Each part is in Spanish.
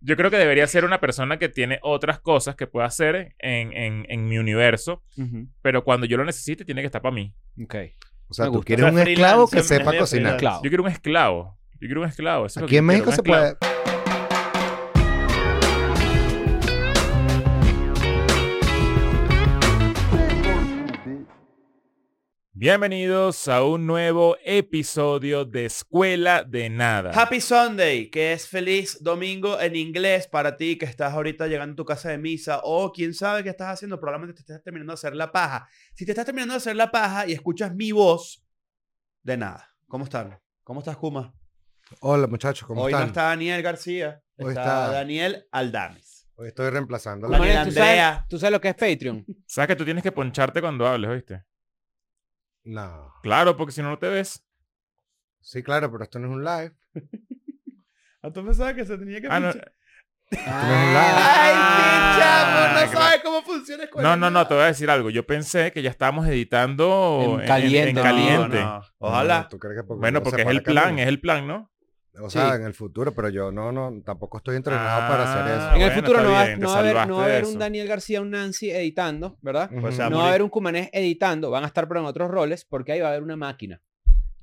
Yo creo que debería ser una persona que tiene otras cosas que pueda hacer en, en, en mi universo, Ujú. pero cuando yo lo necesite tiene que estar para mí. Ok. O sea, Me tú gusta. quieres O sea, un esclavo que freelance, sepa medio cocinar. freelance. Claro. Yo quiero un esclavo. Yo quiero un esclavo. Eso es lo Aquí que en quiero, México un se esclavo. puede. Bienvenidos a un nuevo episodio de Escuela de Nada. Happy Sunday, que es feliz domingo en inglés para ti que estás ahorita llegando a tu casa de misa o quién sabe qué estás haciendo, probablemente te estás terminando de hacer la paja. Si te estás terminando de hacer la paja y escuchas mi voz, de nada. ¿Cómo están? ¿Cómo estás, Kuma? Hola, muchachos, ¿cómo Hoy están? no está Daniel García, Hoy está, está- Daniel Aldames. Hoy estoy reemplazando a la- Hola. Daniel Manuel, ¿tú sabes, Andrea. tú sabes lo que es Patreon? Sabes que tú tienes que poncharte cuando hables, ¿oíste? No. Claro, porque si no, no te ves. Sí, claro, pero esto no es un live. ¿A tú pensabas que se tenía que Ah, no. pinchar? Ah. ¡Ay, sí, chamo! Ah, No sabes cómo funciona Escuela No, de no, no, Nada. te voy a decir algo. Yo pensé que ya estábamos editando En caliente, en no, caliente. No, no. Ojalá. ¿Tú crees que Bueno, porque es el plan, es el plan, ¿no? O sea, Sí. en el futuro, pero yo no, no, tampoco estoy entrenado para hacer eso. Ah, en el bueno, futuro está no va, bien, te no va a haber, salvaste no va a haber de un eso. Daniel García, un Nancy editando, ¿verdad? Ujú. Pues, amor, No va a haber un Cumanés editando, van a estar pero en otros roles porque ahí va a haber una máquina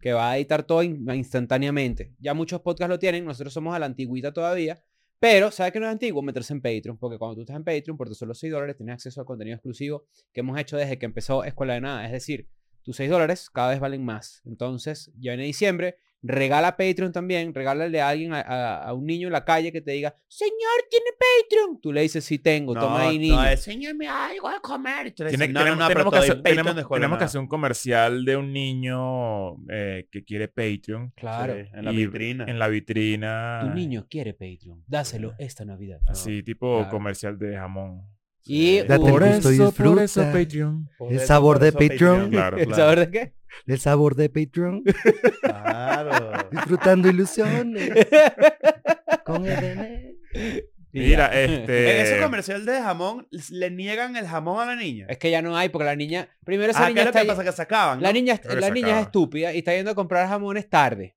que va a editar todo in- instantáneamente. Ya muchos podcasts lo tienen, nosotros somos a la antigüita todavía, pero ¿sabes que no es antiguo? Meterse en Patreon, porque cuando tú estás en Patreon, por tus solo 6 dólares tienes acceso a contenido exclusivo que hemos hecho desde que empezó Escuela de Nada, es decir, tus 6 dólares cada vez valen más. Entonces, ya viene diciembre, regala Patreon también, regálale a alguien, a, a- a un niño en la calle que te diga, señor, ¿tiene Patreon? Tú le dices, sí tengo, toma ahí, niño. No, es, "Enséñame algo de comer. Y tú le Tiene- dices, no, no, tenemos no, pero tenemos que te doy hacer- Patreon tenemos- de Escuela de tenemos que Nada. hacer un comercial de un niño eh, que quiere Patreon. Claro. Sí, en la y vitrina. En la vitrina. Tu niño quiere Patreon. Dáselo esta Navidad. Así, tipo Claro. comercial de jamón. Y Ah, Sí. Date el por gusto y eso, por disfruta. eso Patreon. Por El eso- sabor por de eso Patreon. Patreon. Claro, ¿El claro. sabor de qué? El sabor de Patreon, Claro. disfrutando ilusiones con Edené. Mira, En este. ese comercial de jamón le niegan el jamón a la niña. Es que ya no hay porque la niña... Primero esa Ah, ¿qué niña es lo está... que pasa? Que sacaban. La ¿no? niña, Creo que la se niña acaba. es estúpida y está yendo a comprar jamones tarde.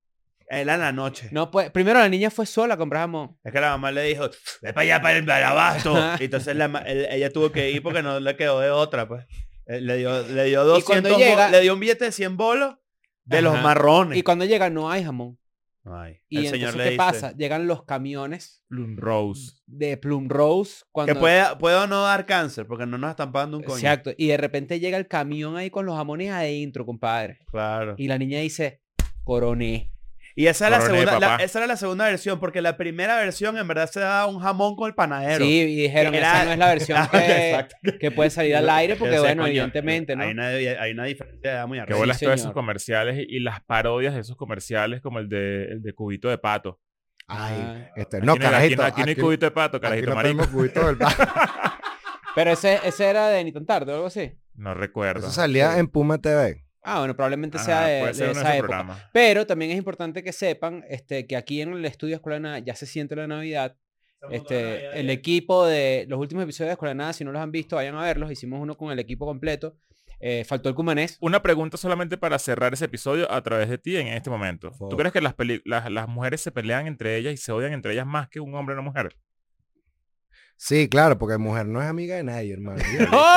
Era en Eh, la noche. No puede- primero la niña fue sola a comprar jamón. Es que la mamá le dijo, ve para allá, para el para el abasto. Y entonces la ma- el- ella tuvo que ir porque no le quedó de otra, pues. Eh, Le dio, le dio Y cuando 200 bo- llega- le dio un billete de 100 bolos de los Ajá. marrones. Y cuando llega no hay jamón. Ay, Y el entonces, señor ¿qué le dice, pasa? Llegan los camiones Plum Rose. de Plum Rose cuando... Que puede, puedo no dar cáncer porque no nos están pagando un coño. Exacto. Y de repente llega el camión ahí con los jamones adentro, compadre. Claro. Y la niña dice, coroné. Y esa era, la Coroné, segunda, la- papá. esa era la segunda versión, porque la primera versión en verdad se daba un jamón con el panadero. Sí, y dijeron, Era- esa no es la versión que, Exacto. que puede salir al aire, porque Yo sé, bueno, coño, evidentemente, ¿no? Hay una, hay una diferencia de edad muy Que arriba. bueno. bolas todos esos señor. comerciales y, y las parodias de esos comerciales, como el de, el de Cubito de Pato. Ay, Ah. este, Aquí no, hay- aquí carajito. Aquí, no hay Cubito de Pato, carajito aquí no marico. pedimos cubito del bar. Pero ese, ese era de Ni tan tarde o algo así. No recuerdo. Eso salía en Puma TV. Ah, bueno, probablemente Ajá, sea de, puede de ser uno de esa esos época. programas. Pero también es importante que sepan este, que aquí en el estudio de Escuela de Nada ya se siente la Navidad. Este, el equipo de los últimos episodios de Escuela de Nada, si no los han visto, vayan a verlos. Hicimos uno con el equipo completo. Eh, faltó el cumanés. Una pregunta solamente para cerrar ese episodio a través de ti en este momento. Por favor. ¿Tú crees que las, peli- las, las mujeres se pelean entre ellas y se odian entre ellas más que un hombre y una mujer? Sí, claro, porque mujer no es amiga de nadie, hermano. ¡No,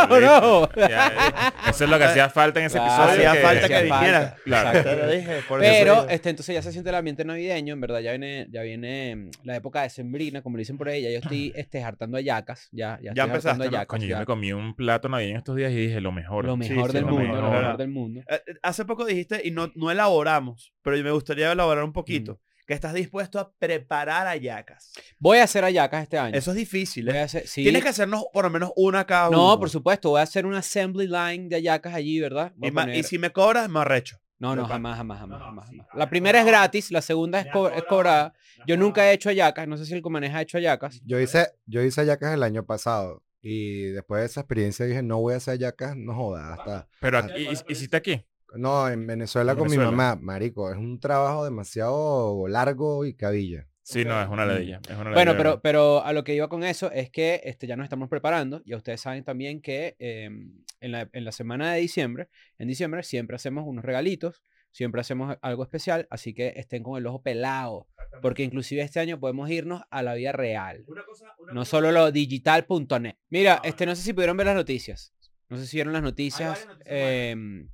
listo. no! Ya, eh, Eso es lo que hacía falta en ese Claro, episodio. Hacía falta que hacía viniera. falta. Claro. Exacto. Te lo dije, por eso Pero digo. Eh, este, entonces ya se siente el ambiente navideño, en verdad ya viene, ya viene mm, la época de sembrina, como le dicen por ahí, ya yo estoy este, hartando ayacas, ya, ya, Ya estoy hartando empezaste, ¿no? hallacas, Coño, yo ya. me comí un plato navideño estos días y dije lo mejor. Lo Sí, mejor sí, del lo mundo, lo mejor. mejor del mundo. Eh, eh, Hace poco dijiste, y no, no elaboramos, pero me gustaría elaborar un poquito, que estás dispuesto a preparar ayacas. Voy a hacer ayacas este año. Eso es difícil. ¿eh? Voy a hacer- sí. Tienes que hacernos por lo menos una cada uno. No, por supuesto, voy a hacer una assembly line de ayacas allí, ¿verdad? Voy Y, a ma- y poner- si me cobras, me arrecho. No, no, Epa. jamás, jamás, jamás, No, jamás, sí, jamás. claro, La primera es no. gratis, la segunda es, Me has cobr- es cobrado, cobrada. me has Yo nunca cobrado. he hecho ayacas, no sé si el Comanés ha hecho ayacas. Yo hice, yo hice yacas el año pasado y después de esa experiencia dije, no voy a hacer yacas, no jodas, hasta... Pero aquí- y- y- hiciste aquí. No, en Venezuela En con mi Venezuela. mamá, marico, es un trabajo demasiado largo y cabilla. Sí, no, es una ladilla. es una Bueno, ladilla, pero, ¿verdad? pero a lo que iba con eso es que este, ya nos estamos preparando y ustedes saben también que em, en, la, en la semana de diciembre, en diciembre siempre hacemos unos regalitos. Siempre hacemos algo especial, así que estén con el ojo pelado, porque inclusive este año podemos irnos a la vida real. Una cosa, una No cosa- solo lo digital.net. Mira, Ah, este no sé si pudieron ver las noticias. No sé si vieron las noticias. noticias em,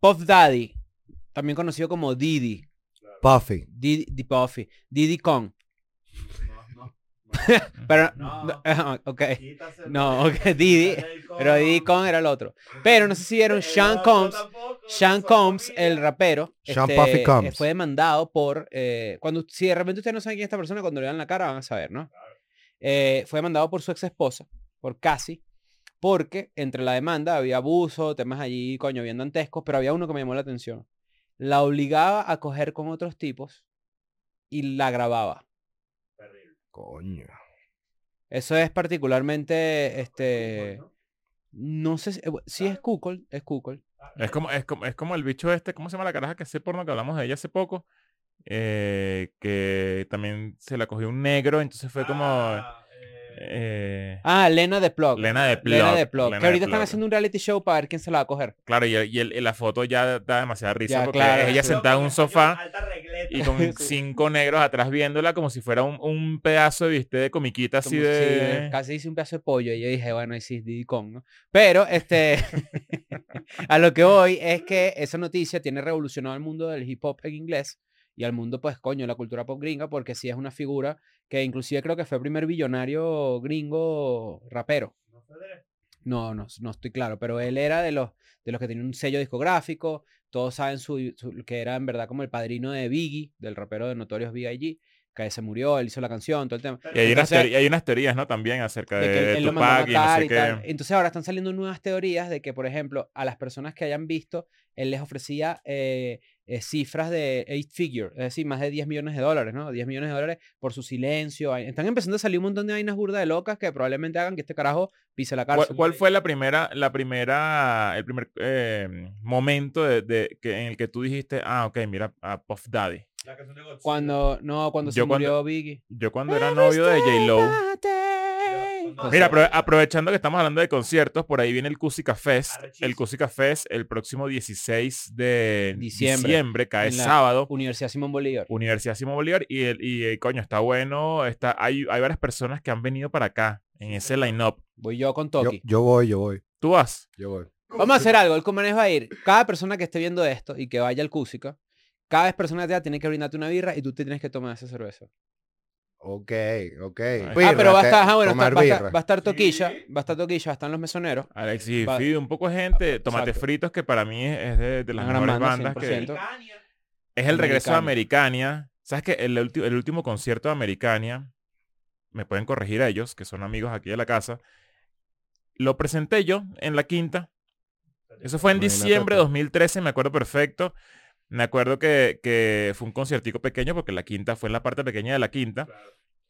Puff Daddy, también conocido como Diddy, Puffy. Diddy, Diddy Puffy, Diddy Kong. No, no, Pero, No. no, ajá, ok. quítaselo. Eh, No, ok, Diddy. Dale, Pero Diddy Combs. Kong era el otro. Pero no sé si vieron El Sean otro Combs. Eh, tampoco, Sean su Combs, el familia. rapero, Sean Puffy eh, Combs. fue demandado por... eh, cuando, si de repente ustedes no saben quién es esta persona, cuando le dan la cara van a saber, ¿no? Eh, fue demandado por su ex esposa, por Cassie, porque entre la demanda había abuso, temas allí, coño, bien dantescos, pero había uno que me llamó la atención. La obligaba a coger con otros tipos y la grababa. Terrible. Coño. Eso es particularmente, este... No sé si, eh, bu- sí es Kukol, es Kukol. Es como, es, como, es como el bicho este, ¿cómo se llama la caraja que hace porno que hablamos de ella hace poco? Eh, que también se la cogió un negro, entonces fue como... Ah, eh, eh, Ah, Lena de Plug. Lena de Plug. Lena de Plug. Lena que ahorita Plug. están haciendo un reality show para ver quién se la va a coger. Claro, y, el- y el- y la foto ya da demasiada risa Ya, porque claro, es Eh, ella sí. sentada en un sofá Alta regleta. y con Sí. cinco negros atrás viéndola como si fuera un, un pedazo, viste, de comiquita así Como- sí, de... casi hice un pedazo de pollo y yo dije, bueno, ahí sí es Diddy Kong, ¿no? Pero, este, a lo que voy es que esa noticia tiene revolucionado el mundo del hip hop en inglés y al mundo, pues, coño, la cultura pop gringa, porque sí es una figura que inclusive creo que fue el primer billonario gringo rapero. No fue de- No, no, no estoy claro, pero él era de los, de los que tenía un sello discográfico. Todos saben su, su- que era en verdad como el padrino de Biggie, del rapero de Notorious B.I.G., que se murió, él hizo la canción, todo el tema. Y hay, unas Entonces- teoría- hay unas teorías, ¿no? También acerca de, de que él, de él lo mandó a Eh, Tupac y no matar sé y tal. eh, qué. Entonces ahora están saliendo nuevas teorías de que, por ejemplo, a las personas que hayan visto, él les ofrecía eh, eh, cifras de eight figure, es decir, más de 10 millones de dólares, ¿no? 10 millones de dólares por su silencio. Ay, Están empezando a salir un montón de vainas burda de locas que probablemente hagan que este carajo pise la ¿Cuál, cárcel. cuál fue la primera, la primera, el primer eh, momento de, de- que, en el que tú dijiste, ah, ok, mira a Puff Daddy? La canción de Godzilla. Cuando, no, cuando se Yo cuando- murió Biggie. Yo cuando era novio de J-Lo. cuando- Mira, pero- apro- aprovechando que estamos hablando de conciertos, por ahí viene el Cusica Fest. El Arrechísimo. Cusica Fest el próximo 16 de diciembre, Diciembre. cae En la- sábado. Universidad Simón Bolívar. Universidad Simón Bolívar y, el- y eh, coño, está bueno. Está, hay, hay varias personas que han venido para acá en ese line-up. Voy yo con Yo, Toki. yo voy, yo voy, Tú vas. yo voy. Vamos a hacer algo, el Cumanes va a ir. Cada persona que esté viendo esto y que vaya al Cúsica, cada vez persona que te da tiene que brindarte una birra y tú te tienes que tomar esa cerveza. Ok, ok. ah, pero va a estar, ah, bueno, tomar está- va, a birra. estar, va a estar Toquilla, Sí. va a estar Toquilla, están los mesoneros. Alex y Va- Fide, un poco de gente. Tomate Exacto. Fritos, que para mí es es de, de las Una gran mejores banda, bandas. Que, 100%. Britannia. es el regreso de Americania. ¿Sabes que el, ulti- el último concierto de Americania, me pueden corregir a ellos, que son amigos aquí de la casa, lo presenté yo en la quinta. Eso fue en Imagínate diciembre de tú. 2013, me acuerdo perfecto. Me acuerdo que, que fue un conciertico pequeño porque la quinta fue en la parte pequeña de la quinta.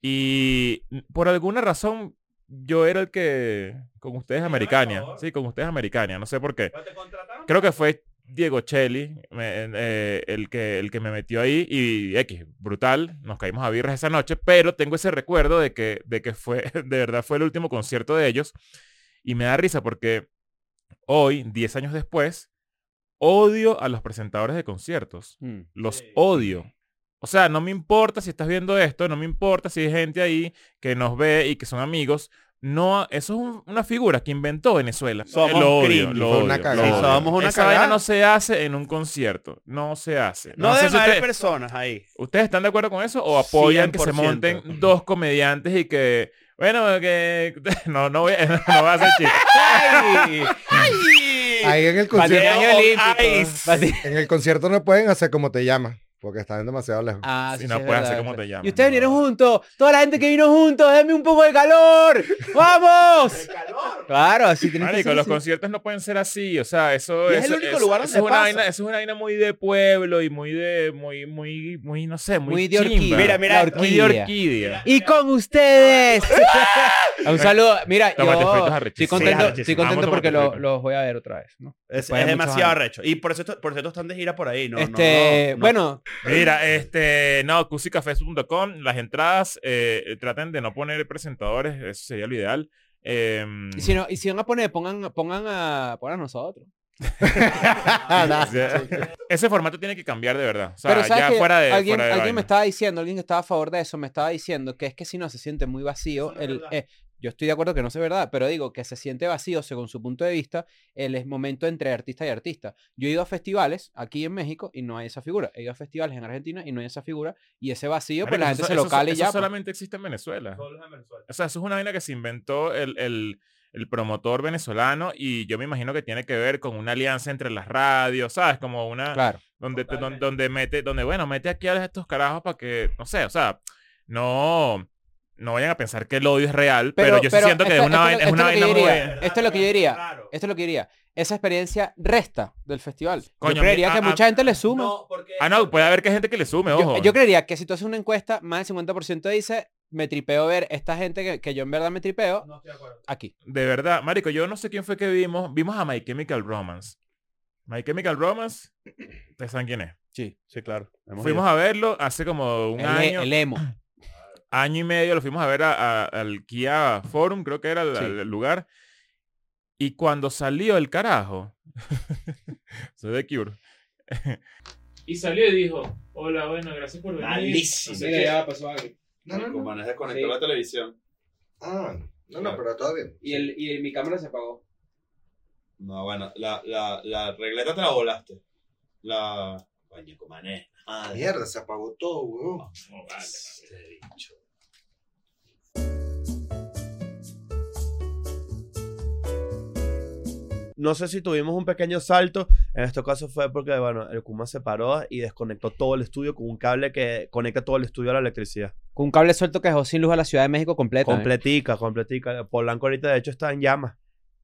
Y n- por alguna razón yo era el que con ustedes Sí, Americania, por favor. sí, con ustedes Americania, no sé por qué. ¿No te contrataron? Creo que fue Diego Chelli me- eh, el, que, el que me metió ahí y X, brutal, nos caímos a birras esa noche, pero tengo ese recuerdo de que, de que fue, de verdad fue el último concierto de ellos y me da risa porque hoy, 10 años después, odio a los presentadores de conciertos, Mm. los Sí. odio. O sea, no me importa si estás viendo esto, no me importa si hay gente ahí que nos ve y que son amigos. No, eso es un- una figura que inventó Venezuela. Somos lo odio, cringe. lo Fue odio, una lo cagada. odio. Sí, somos una Esa vaina cagada. no se hace en un concierto. No se hace. No, No, sé deben si haber ustedes, personas ahí. ¿ustedes están de acuerdo con eso o apoyan que se 100%. monten dos comediantes y que... Bueno, que... No, no voy a, no voy a hacer chiste. ¡Ay! Ahí en el Patinaje concierto, on olímpico. ice. Pati- en el concierto no pueden hacer como te llamas, porque están demasiado lejos. Ah, Si sí, no es puedes hacer verdad, como sí. te llaman, Y ustedes no. vinieron juntos, toda la gente que vino juntos, denme un poco de calor. ¡Vamos! calor. Claro, así tienes que Marico, ser los así. conciertos no pueden ser así. O sea, eso Y es el eso- único eso- lugar eso donde es una pasa. vaina, eso es una vaina muy de pueblo y muy de... Muy, muy, muy, no sé, muy, Muy de chimba. orquídea. Mira, mira, la muy de orquídea. orquídea. Y con ustedes. Un saludo. Mira, Tomate fritos yo estoy arrechísimos. contento, Sí, estoy arrechísimos. contento Amo porque tomate lo- fritos. los voy a ver otra vez. ¿no? Es, Después es de muchos demasiado años. arrecho. Y por eso, por cierto, están de gira por ahí, ¿no? no, este, no, no. bueno, Mira, este, no, cusicafest.com, las entradas, eh, traten de no poner presentadores, eso sería lo ideal. Em, Mm. y si, no, y si van a poner, pongan, pongan a, pongan a nosotros. O sea, ese formato tiene que cambiar de verdad. O sea, Pero ¿sabes ya qué? fuera de. alguien, fuera de alguien vaina. me estaba diciendo, alguien que estaba a favor de eso, me estaba diciendo que es que si no se siente muy vacío, Eso no es el- verdad. eh, yo estoy de acuerdo que no es verdad, pero digo que se siente vacío según su punto de vista el es- momento entre artista y artista. Yo he ido a festivales aquí en México y no hay esa figura. He ido a festivales en Argentina y no hay esa figura. Y ese vacío, pues Marico, la gente eso- se eso- lo cala y eso ya. pues. solamente existe en Venezuela. Solo es en Venezuela. O sea, eso es una vaina que se inventó el, el- el promotor venezolano y yo me imagino que tiene que ver con una alianza entre las radios, ¿sabes? Como una... Claro. Donde, te- don- Totalmente. donde mete, donde, bueno, mete aquí a estos carajos para que, no sé, o sea, no... No vayan a pensar que el odio es real, pero, Pero- yo sí pero siento que esto- es una vaina, esto- es una esto es vaina lo que muy... yo De diría. verdad, Esto es lo que yo claro, diría. claro. Esto es lo que yo diría. Esa experiencia resta del festival. Coño, yo mi- creería que ah, ah, mucha gente le suma. No, porque Ah, no, puede haber que gente que le sume, ojo. Yo, yo creería que si tú haces una encuesta, más del 50% dice, me tripeo ver esta gente que, que yo en verdad me tripeo no estoy de acuerdo. aquí. De verdad, marico, yo no sé quién fue que vimos. Vimos a My Chemical Romance. My Chemical Romance, ustedes saben quién es. Sí. Sí, claro. Hemos Fuimos ido. a verlo hace como un El, año. el emo. año y medio lo fuimos a ver a- a- al Kia Forum, creo que era el, Sí. el lugar. Y cuando salió el carajo, soy de Cure. Y salió y dijo, hola, bueno, gracias por venir. Malísimo. No sé qué. pasó algo. No, no, no. Maneja desconectó la televisión. Ah, no, no, pero todo bien. Y, el, y mi cámara se apagó. No, bueno, la, la, la regleta te la volaste. La. Coño, Ah, comané. Madre. Mierda, se apagó todo, weón. No, vale. Este bicho. No sé si tuvimos un pequeño salto. En este caso fue porque, bueno, el Kuma se paró y desconectó todo el estudio con un cable que conecta todo el estudio a la electricidad. Con un cable suelto que dejó sin luz a la Ciudad de México completa. ¿eh? Completica, completica. Polanco ahorita, de hecho, está en llamas.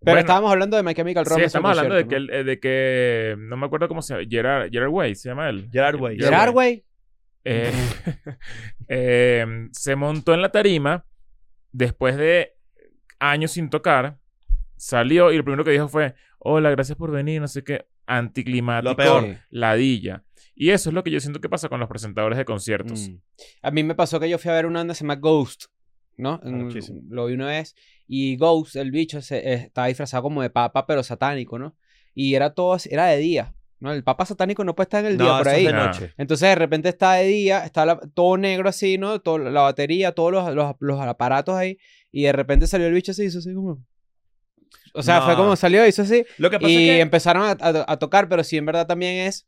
Pero Bueno, estábamos hablando de My Chemical sí, Romance. estamos en hablando de que, concierto, el- eh, de que. No me acuerdo cómo se llama. Gerard, Gerard Way, se llama él. Gerard Way. ¿no? Gerard, güey. Eh, eh, se montó en la tarima después de años sin tocar. Salió y lo primero que dijo fue: Hola, gracias por venir, no sé qué. Anticlimático, Lo peor. Sí. ladilla. Y eso es lo que yo siento que pasa con los presentadores de conciertos. Mm. A mí me pasó que yo fui a ver una banda que se llama Ghost, ¿no? En- Arrechísimo. Lo vi una vez. Y Ghost, el bicho, se, eh, estaba disfrazado como de papa, pero satánico, ¿no? Y era todo, así- era de día, ¿no? El papa satánico no puede estar en el día No, por eso es ahí. de No. noche. Entonces de repente está de día, está la- todo negro así, ¿no? Todo, la batería, todos los, los- los aparatos ahí. Y de repente salió el bicho así, hizo así como... O sea, fue No. como salió, hizo así. Lo que pasa Y em, es que... empezaron a, a- a tocar, pero sí, en verdad también es.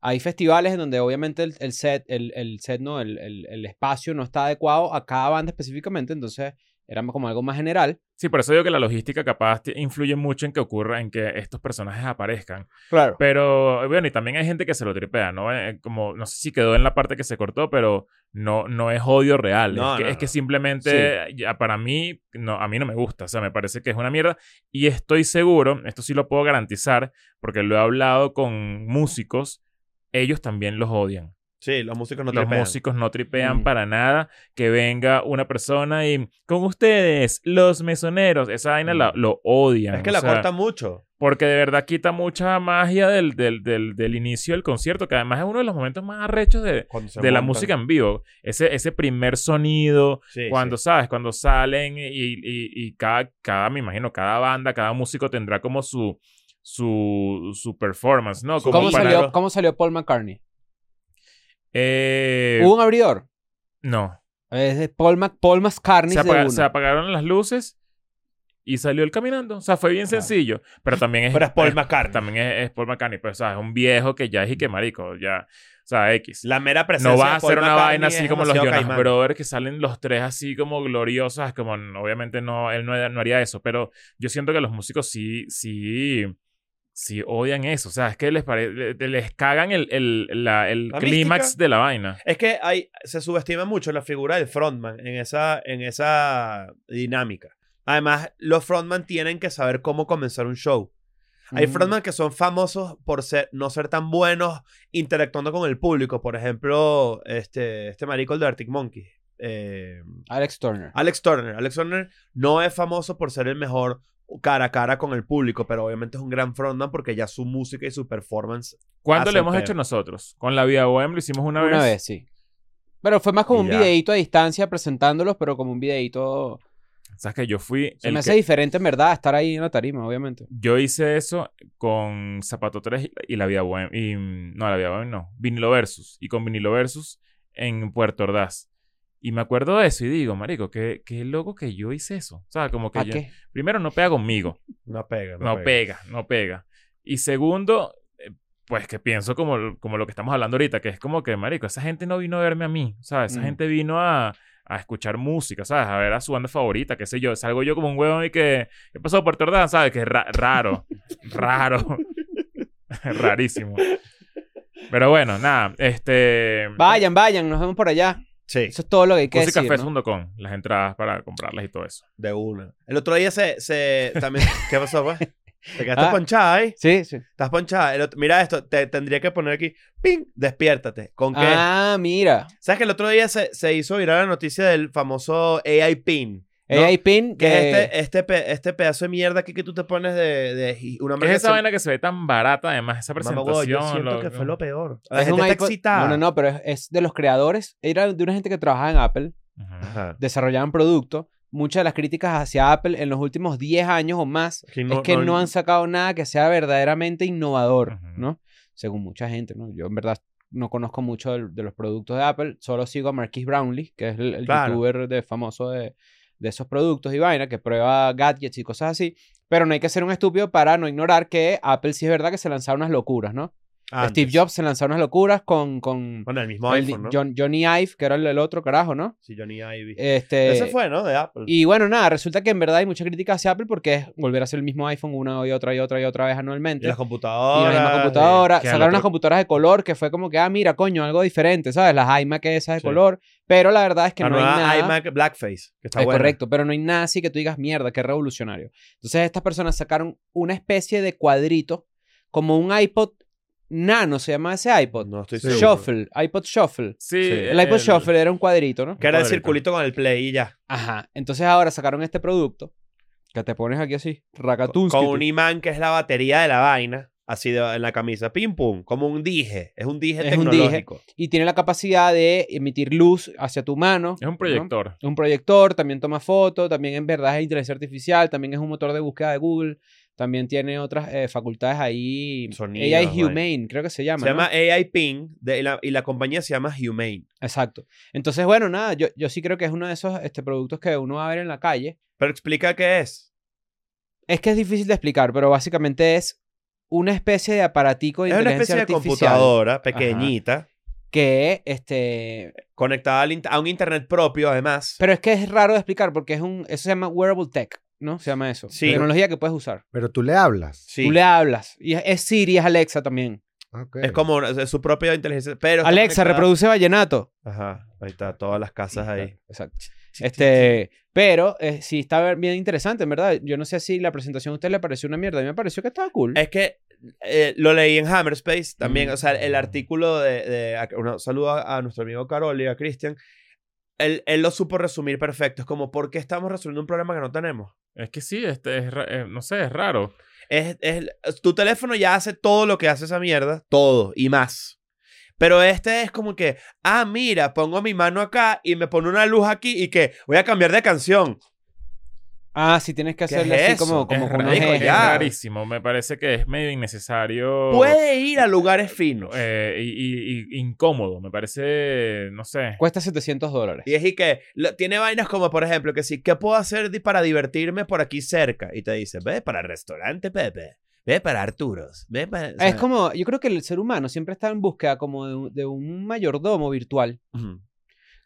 Hay festivales en donde obviamente el, el set, el, el set, no, el, el- el espacio no está adecuado a cada banda específicamente, entonces era como algo más general. Sí, por eso digo que la logística capaz te- influye mucho en que ocurra, en que estos personajes aparezcan. Claro. Pero bueno, y también hay gente que se lo tripea, ¿no? Eh, como, no sé si quedó en la parte que se cortó, pero no, no es odio real. No, es, que, no, es que no. simplemente, ya, para mí, no, a mí no me gusta. O sea, me parece que es una mierda. Y estoy seguro, esto sí lo puedo garantizar, porque lo he hablado con músicos, ellos también los odian. Sí, los músicos no los tripean. músicos no tripean Mm. para nada que venga una persona y con ustedes los mesoneros esa vaina la- lo odian Mm. Es que o la sea, corta mucho. porque de verdad quita mucha magia del, del, del, del inicio del concierto que además es uno de los momentos más arrechos de, cuando se de la montan. música en vivo ese, ese primer sonido Sí, cuando sí. sabes cuando salen y, y- y cada cada me imagino cada banda cada músico tendrá como su su, su performance no Su como ¿Cómo para- salió, ¿Cómo salió Paul McCartney? Eh, ¿Hubo un abridor? no Es de Paul, Mac- Paul McCartney se, de apaga- una. se apagaron las luces y salió él caminando. O sea, fue bien sencillo. Pero también es, Pero es Paul es- McCartney. También es, es Paul McCartney. Pero, o sea, es un viejo que ya es y que marico. Ya, o sea, X. La mera presencia No de vas a Paul hacer una McCartney vaina es así como los demasiado Jonas caimán. Brothers que salen los tres así como gloriosos. Como n- obviamente no, él no, no haría eso. Pero yo siento que los músicos sí, sí, sí odian eso. O sea, es que les, pare- le- le- les cagan el, el, la- el La clímax mística. de la vaina. Es que hay, se subestima mucho la figura del frontman en esa, en esa dinámica. Además, los frontman tienen que saber cómo comenzar un show. Hay Mm. frontman que son famosos por ser, no ser tan buenos interactuando con el público. Por ejemplo, este, este marico el de Arctic Monkey. eh, Alex Turner. Alex Turner. Alex Turner no es famoso por ser el mejor cara a cara con el público, pero obviamente es un gran frontman porque ya su música y su performance. ¿Cuándo Hace lo el hemos peo. hecho nosotros? Con la Vía Bohem lo hicimos una, Una, vez. sí. Pero fue más como Y un ya. videíto a distancia presentándolos, pero como un videíto Sabes que yo fui Se el me que- hace diferente, en verdad, estar ahí en la tarima, obviamente. yo hice eso con Zapato 3 y la Vida Bohem. Y, mm, no, la Vida Bohem no. Vinilo Versus. Y con Vinilo Versus en Puerto Ordaz. Y me acuerdo de eso y digo, marico, qué, qué loco que yo hice eso. O sea, como ¿A que yo- qué? primero no pega conmigo. No pega, No pega, no pega. Y segundo, eh, pues que pienso como, como lo que estamos hablando ahorita, que es como que, marico, esa gente no vino a verme a mí, ¿sabes? Esa Mm. gente vino a, a escuchar música, ¿sabes? A ver a su banda favorita, qué sé yo. Salgo yo como un huevón y que, ¿qué pasó, Puerto Ordaz? ¿Sabes? Que ra- raro, raro, rarísimo. Pero bueno, nada, este... Vayan, vayan, nos vemos por allá. Sí, Eso es todo lo que hay que decir. ¿no? Musicafest.com, las entradas para comprarlas y todo eso. de una. El otro día se... se también, ¿Qué pasó, pues? Te quedaste Ah. ponchada ahí. Sí, sí. Estás ponchada. El otro- mira esto, te tendría que poner aquí. ¡Ping! Despiértate. ¿Con qué? Ah, mira. ¿Sabes que el otro día se, se hizo viral la noticia del famoso AI pin? ¿no? AI Pin, eh, Que que es eh. este, este, pe- este pedazo de mierda aquí que tú te pones de, de gi- una ¿Qué es marca esa que se- vaina que se ve tan barata, además, esa Mamá, presentación. huevo, yo siento lo- que fue lo peor. La Ah, es gente está iPod- excitada. No, no, no, pero es, es de los creadores. Era de una gente que trabajaba en Apple, Ujú. Ajá. desarrollaban productos. Muchas de las críticas hacia Apple en los últimos 10 años o más es que no, han sacado nada que sea verdaderamente innovador, Ujú. ¿no? Según mucha gente, ¿no? Yo en verdad no conozco mucho del- de, los productos de Apple, solo sigo a Marquis Brownlee, que es el, el Claro. youtuber de, famoso de, de esos productos y vaina, que prueba gadgets y cosas así. Pero no hay que ser un estúpido para no ignorar que Apple sí es verdad que se lanzaron unas locuras, ¿no? Antes. Steve Jobs se lanzó unas locuras con, con Bueno, el mismo el- iPhone, ¿no? John- Johnny Ive, que era el, el otro carajo, ¿no? Sí, Johnny Ivy. Este, Ese fue, ¿no? De Apple. Y bueno, nada, resulta que en verdad hay mucha crítica hacia Apple porque es volver a hacer el mismo iPhone una y otra y otra y otra vez Y anualmente. las Y la computadoras. eh, misma computadora. que al Sacaron otro- unas computadoras de color que fue como que, ah, mira, coño, algo diferente, ¿sabes? Las iMac esas de Sí. color. Pero la verdad es que la no hay nueva nada. iMac Blackface. Que está es buena. correcto, pero no hay nada así que tú digas, mierda, qué revolucionario. Entonces estas personas sacaron una especie de cuadrito, como un iPod nano, se llama ese iPod. No estoy Sí. seguro. Shuffle, iPod Shuffle. Sí, Sí. e, El iPod Shuffle era un cuadrito, ¿no? Que era el Cuadrito. circulito con el play y ya. Ajá. Entonces ahora sacaron este producto que te pones aquí así, Con, racatún. un imán que es la batería de la vaina. Así de, en la camisa. Pim pum. Como un dije. Es un dije Es un dije. tecnológico. Y tiene la capacidad de emitir luz hacia tu mano. Es un proyecto proyector. Es un proyector, también toma fotos, también en verdad es inteligencia artificial, también es un motor de búsqueda de Google, también tiene otras eh, facultades ahí. Sonidos, AI vaina. Humane, creo que se llama. Se llama ¿no? AI Ping de- y, la, y la compañía se llama Humane. Exacto. Entonces, bueno, nada, yo, yo sí creo que es uno de esos este, productos que uno va a ver en la calle. Pero explica qué es. Es que es difícil de explicar, pero básicamente es una especie de aparatico de Es una inteligencia especie de artificial computadora pequeñita que este conectada al inter- a un internet propio, además. Pero es que es raro de explicar porque es un, eso se llama wearable tech, ¿no? Se llama eso. Sí. Tecnología que puedes usar. Pero tú le hablas. Sí. Tú le hablas. Y es- es Siri, es Alexa también. Ok. Es como una- es su propia inteligencia. Pero está Alexa, conectada- reproduce vallenato. Ajá, ahí está, todas las casas ahí. Exacto. Este, pero eh, sí está ver- bien interesante, en verdad. Yo no sé si la presentación a usted le pareció una mierda. A mí me pareció que estaba cool. Es que eh, lo leí en Hammerspace también, Mm. o sea, el artículo de... de- a- un saludo a, a nuestro amigo Carol y a Christian. Él, él lo supo resumir perfecto. Es como, ¿por qué estamos resolviendo un problema que no tenemos? Es que sí, este es, ra- eh, no sé, es raro. Es, es- es- tu teléfono ya hace todo lo que hace esa mierda, todo y más. Pero este es como que, ah, mira, pongo mi mano acá y me pone una luz aquí y que voy a cambiar de canción. Ah, sí, tienes que ¿Qué hacerle es así eso? como, Es como con ra- unos rico, es gestos. ya. rarísimo. Me parece que es medio Oh. innecesario. Puede ir a lugares finos. eh, y, y- y incómodo. Me parece, no sé. Cuesta 700 dólares. Y es y que lo- tiene vainas como, por ejemplo, que sí, ¿qué puedo hacer di- para divertirme por aquí cerca? Y te dice, ve para el restaurante, Pepe. Ve para Arturos. Ve para... o sea, Es como, yo creo que el ser humano siempre está en búsqueda como de un- de un mayordomo virtual. ujú.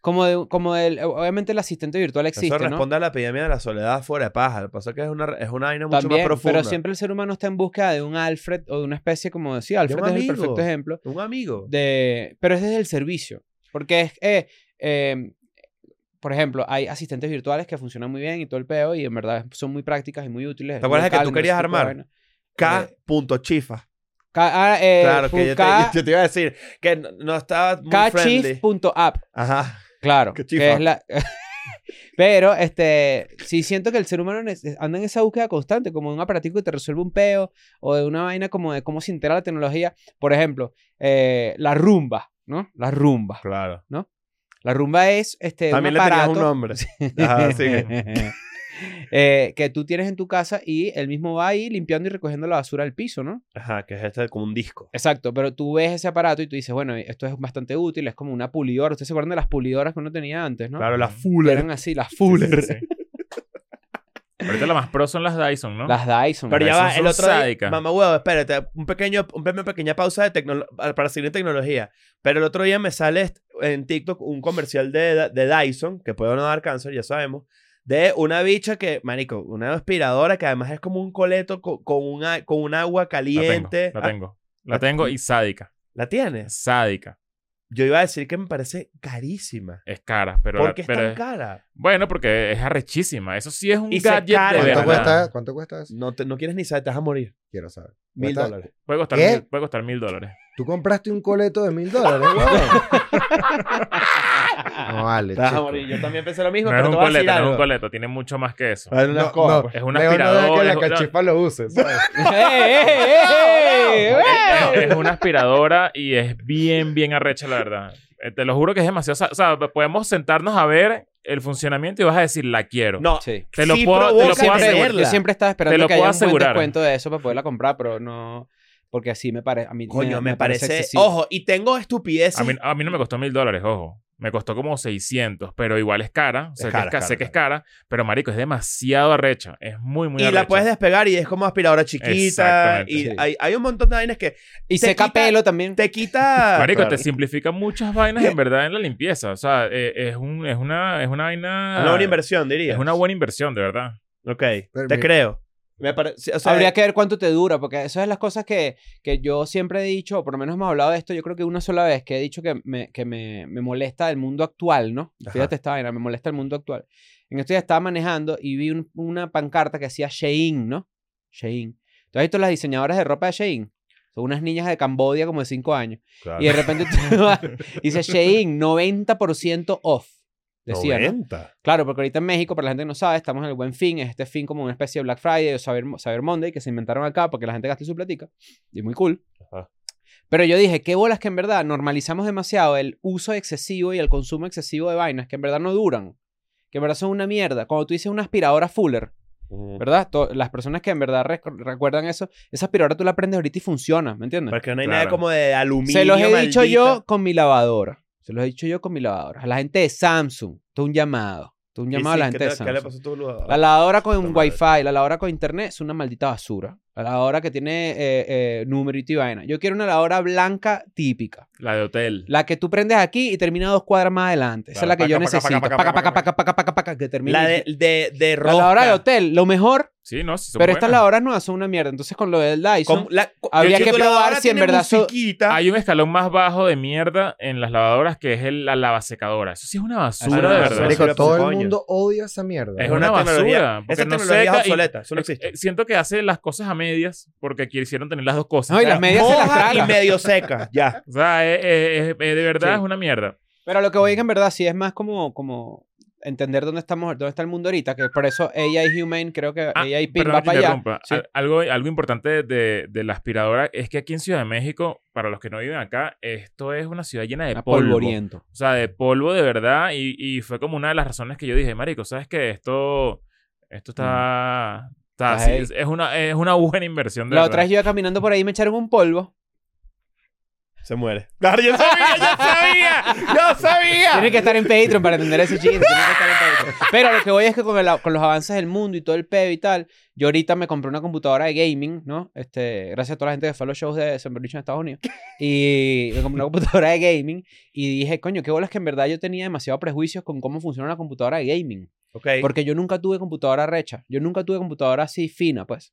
Como, de, como el, obviamente el asistente virtual existe, Eso ¿no? responde a la epidemia de la soledad fuera de paja. Lo que pasa es que es una, es una vaina mucho También, más profunda. pero siempre el ser humano está en búsqueda de un Alfred o de una especie como decía, Alfred un es el amigo. perfecto ejemplo Un amigo. de, pero es desde el servicio, porque es, eh, eh, por ejemplo, hay asistentes virtuales que funcionan muy bien y todo el peo y en verdad son muy prácticas y muy útiles. ¿Te Google acuerdas que Calendar, tú querías ese tipo de armar? vaina. K. Eh, punto Chifa. Ca- ah, eh, claro, que yo te, K- yo te iba a decir que no, no estaba muy friendly. Kchief.app. Ajá. Claro, Qué que chifa. es la... Pero, este, sí siento que el ser humano nece- anda en esa búsqueda constante, como de un aparatico que te resuelve un peo, o de una vaina como de cómo se integra la tecnología. Por ejemplo, eh, la rumba, ¿no? La rumba. Claro. La rumba es, este, También un le tenías aparato... un nombre. Ajá, sigue. eh, que tú tienes en tu casa y él mismo va ahí limpiando y recogiendo la basura del piso, ¿no? Ajá, que es este como un disco. Exacto, pero tú ves ese aparato y tú dices, bueno, esto es bastante útil, es como una pulidora. Ustedes se acuerdan de las pulidoras que uno tenía antes, ¿no? Claro, la Que Fuller. Eran así, las Fuller. Fuller. Ahorita la más pro son las Dyson, ¿no? Las Dyson. Pero ya Esas va, el son otro día, sádicas. mamá huevo, espérate, un pequeño, un pe- una pequeña pausa de tecnolo- para seguir en tecnología. Pero el otro día me sale est- en TikTok un comercial de, de Dyson, que puede no dar cáncer, ya sabemos, de una bicha que, marico, una aspiradora que además es como un coleto co- con, un a- con un agua La caliente. tengo, la Ah, tengo. La tengo y sádica. ¿la tienes? Sádica. Yo iba a decir que me parece carísima. Es cara, pero... ¿Por qué es pero tan es- cara? Bueno, porque es arrechísima. Eso sí es un Y se gadget carga. de ¿Cuánto verdad. cuesta, ¿Cuánto cuesta eso? No, te- no quieres ni saber, te vas a morir. Quiero saber. Mil ¿Cuesta- dólares. Puede costar, ¿Qué? mil, puede costar mil dólares. ¿Tú compraste un coleto de mil dólares, weón? No vale, Te vas a chico. morir. Yo también pensé lo mismo, No pero es te un voy a decir coleto, no es algo. un coleto. Tiene mucho más que eso. Hay unas No, cosas, no, pues. Es un Leo, no deja aspirador. que es la un- no, cachipa lo use, ¿sabes? ¡Eh, eh, eh, eh! es, es una aspiradora y es bien, bien arrecha, la verdad. Eh, Te lo juro que es demasiado... sa- O sea, podemos sentarnos a ver el funcionamiento y vas a decir, la quiero. No, Sí. Te lo sí puedo- te lo Yo provoca puedo siempre, asegurar. yo siempre estaba esperando Te lo que haya puedo un buen asegurar. descuento de eso para poderla comprar, pero no... Porque así me parece... Coño, me, parece. excesivo. ojo, y tengo estupideces. A mí, a mí no me costó mil dólares, ojo. Me costó como 600, pero igual es cara. O sea, Es que es cara, ca- es sé cara, que es cara, pero marico, es demasiado arrecha. Es muy, muy y arrecha. la puedes despegar y es como aspiradora chiquita. Exactamente. Y Sí. hay, hay un montón de vainas que Y te seca quita- pelo también. te quita. Marico, claro. te simplifica muchas vainas en verdad en la limpieza. O sea, eh, es, un, es, una, es una vaina... una buena inversión, diría. Es una buena inversión, de verdad. Ok, te Termina. creo. Me parece. O sea, Habría que ver cuánto te dura, porque esas son las cosas que, que yo siempre he dicho, o por lo menos hemos hablado de esto, yo creo que una sola vez que he dicho que me, que me, me molesta el mundo actual, ¿no? Ajá. Fíjate esta vaina, me molesta el mundo actual. En esto ya estaba manejando y vi un- una pancarta que decía Shein, ¿no? Shein. ¿Tú has visto las diseñadoras de ropa de Shein? Son unas niñas de Cambodia como de 5 años. Y de repente tú vas- dice Shein, 90% off. Decía, ¿no? 90. Claro, porque ahorita en México, para la gente que no sabe, estamos en el Buen Fin, es este fin como una especie de Black Friday o Cyber, Cyber Monday que se inventaron acá porque la gente gasta su platica. Y muy cool. Ajá. Pero yo dije, qué bolas que en verdad normalizamos demasiado el uso excesivo y el consumo excesivo de vainas que en verdad no duran, que en verdad son una mierda. Cuando tú dices una aspiradora Fuller, ¿verdad? To- las personas que en verdad rec- recuerdan eso, esa aspiradora tú la prendes ahorita y funciona, ¿me entiendes? Porque no hay Claro. nada como de aluminio. Se los he dicho yo maldita. con mi lavadora. Se los he dicho yo con mi lavadora. A la gente de Samsung, todo un llamado. Todo un Y llamado a sí, la ¿qué gente de te- ¿Qué le Samsung. pasó a tu luz? La lavadora con Puta un madre. wifi, la lavadora con internet es una maldita basura. La lavadora que tiene eh, eh, numerito y vaina. Yo quiero una lavadora blanca típica. La de hotel. La que tú prendes aquí y termina dos cuadras más adelante. Esa es la que Claro, paca, yo paca, necesito. paca, Paca, paca, paca, paca, paca, paca, paca, que termina. La y- de, de, de la lavadora de rosca. hotel, lo mejor. Sí, no, sí son Pero estas buenas. lavadoras nuevas son una mierda. Entonces con lo del Dyson... Como la- co- Habría yo que siento la probar lavadora si en tiene verdad so- musiquita. Hay un escalón más bajo de mierda en las lavadoras que es el- la lavasecadora. Eso sí es una Ah, no, basura de no, verdad. marico, Marico, todo el Coño. mundo odia esa mierda. Es weón. una tecnología- basura. porque Esa no tecnología es seca y- obsoleta. Eso no eh, existe. eh, siento que hace las cosas a medias porque quisieron tener las dos cosas. No, y las medias se las Moja y tragan. medio seca. Ya. O sea, eh, eh, eh, eh, de verdad Sí. es una mierda. Pero lo que voy es que en verdad sí es más como, como entender dónde estamos, dónde está el mundo ahorita, que por eso AI Humane, creo que Ah, AI Pink perdón que va te para allá. interrumpa. Ah, eh, Sí. Al- Algo, algo importante de, de la aspiradora es que aquí en Ciudad de México, para los que no viven acá, esto es una ciudad llena de A polvo. polvoriento. O sea, de polvo de verdad. Y, y fue como una de las razones que yo dije, marico, ¿sabes qué? Esto, esto está... está- Mm. Está sí, heavy. es, es una, es una buena inversión. De La verdad. otra vez yo iba caminando por ahí y me echaron un polvo. Se muere. Claro, yo sabía, yo sabía. Yo sabía. Tiene que estar en Patreon para entender ese chiste. tiene que estar en Patreon. Pero lo que voy es que con, el- con los avances del mundo y todo el pedo y tal, yo ahorita me compré una computadora de gaming, ¿no? Este, gracias a toda la gente que fue a los shows de San Bernardino en Estados Unidos. Y me compré una computadora de gaming y dije, coño, qué bolas que en verdad yo tenía demasiados prejuicios con cómo funciona una computadora de gaming. Ok. Porque yo nunca tuve computadora recha. Yo nunca tuve computadora así fina, pues.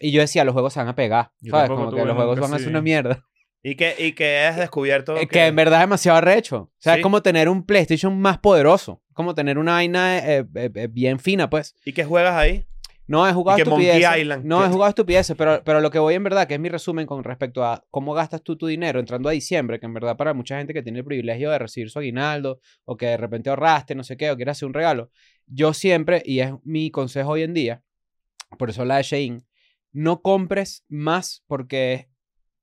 Y yo decía, los juegos se van a pegar. Yo ¿Sabes? tampoco Como que tuve los juegos nunca van a ser así. una mierda. ¿Y que, y que has descubierto Eh, Que en verdad es demasiado recho. O sea, Sí. es como tener un PlayStation más poderoso. Como tener una vaina eh, eh, eh, bien fina, pues. ¿Y que juegas ahí? No, he jugado Y que Monkey estupideces. Island. No, he jugado estupideces, pero, pero lo que voy en verdad, que es mi resumen con respecto a cómo gastas tú tu dinero entrando a diciembre, que en verdad para mucha gente que tiene el privilegio de recibir su aguinaldo o que de repente ahorraste, no sé qué, o quieres hacer un regalo, yo siempre, y es mi consejo hoy en día, por eso la de Shein, no compres más porque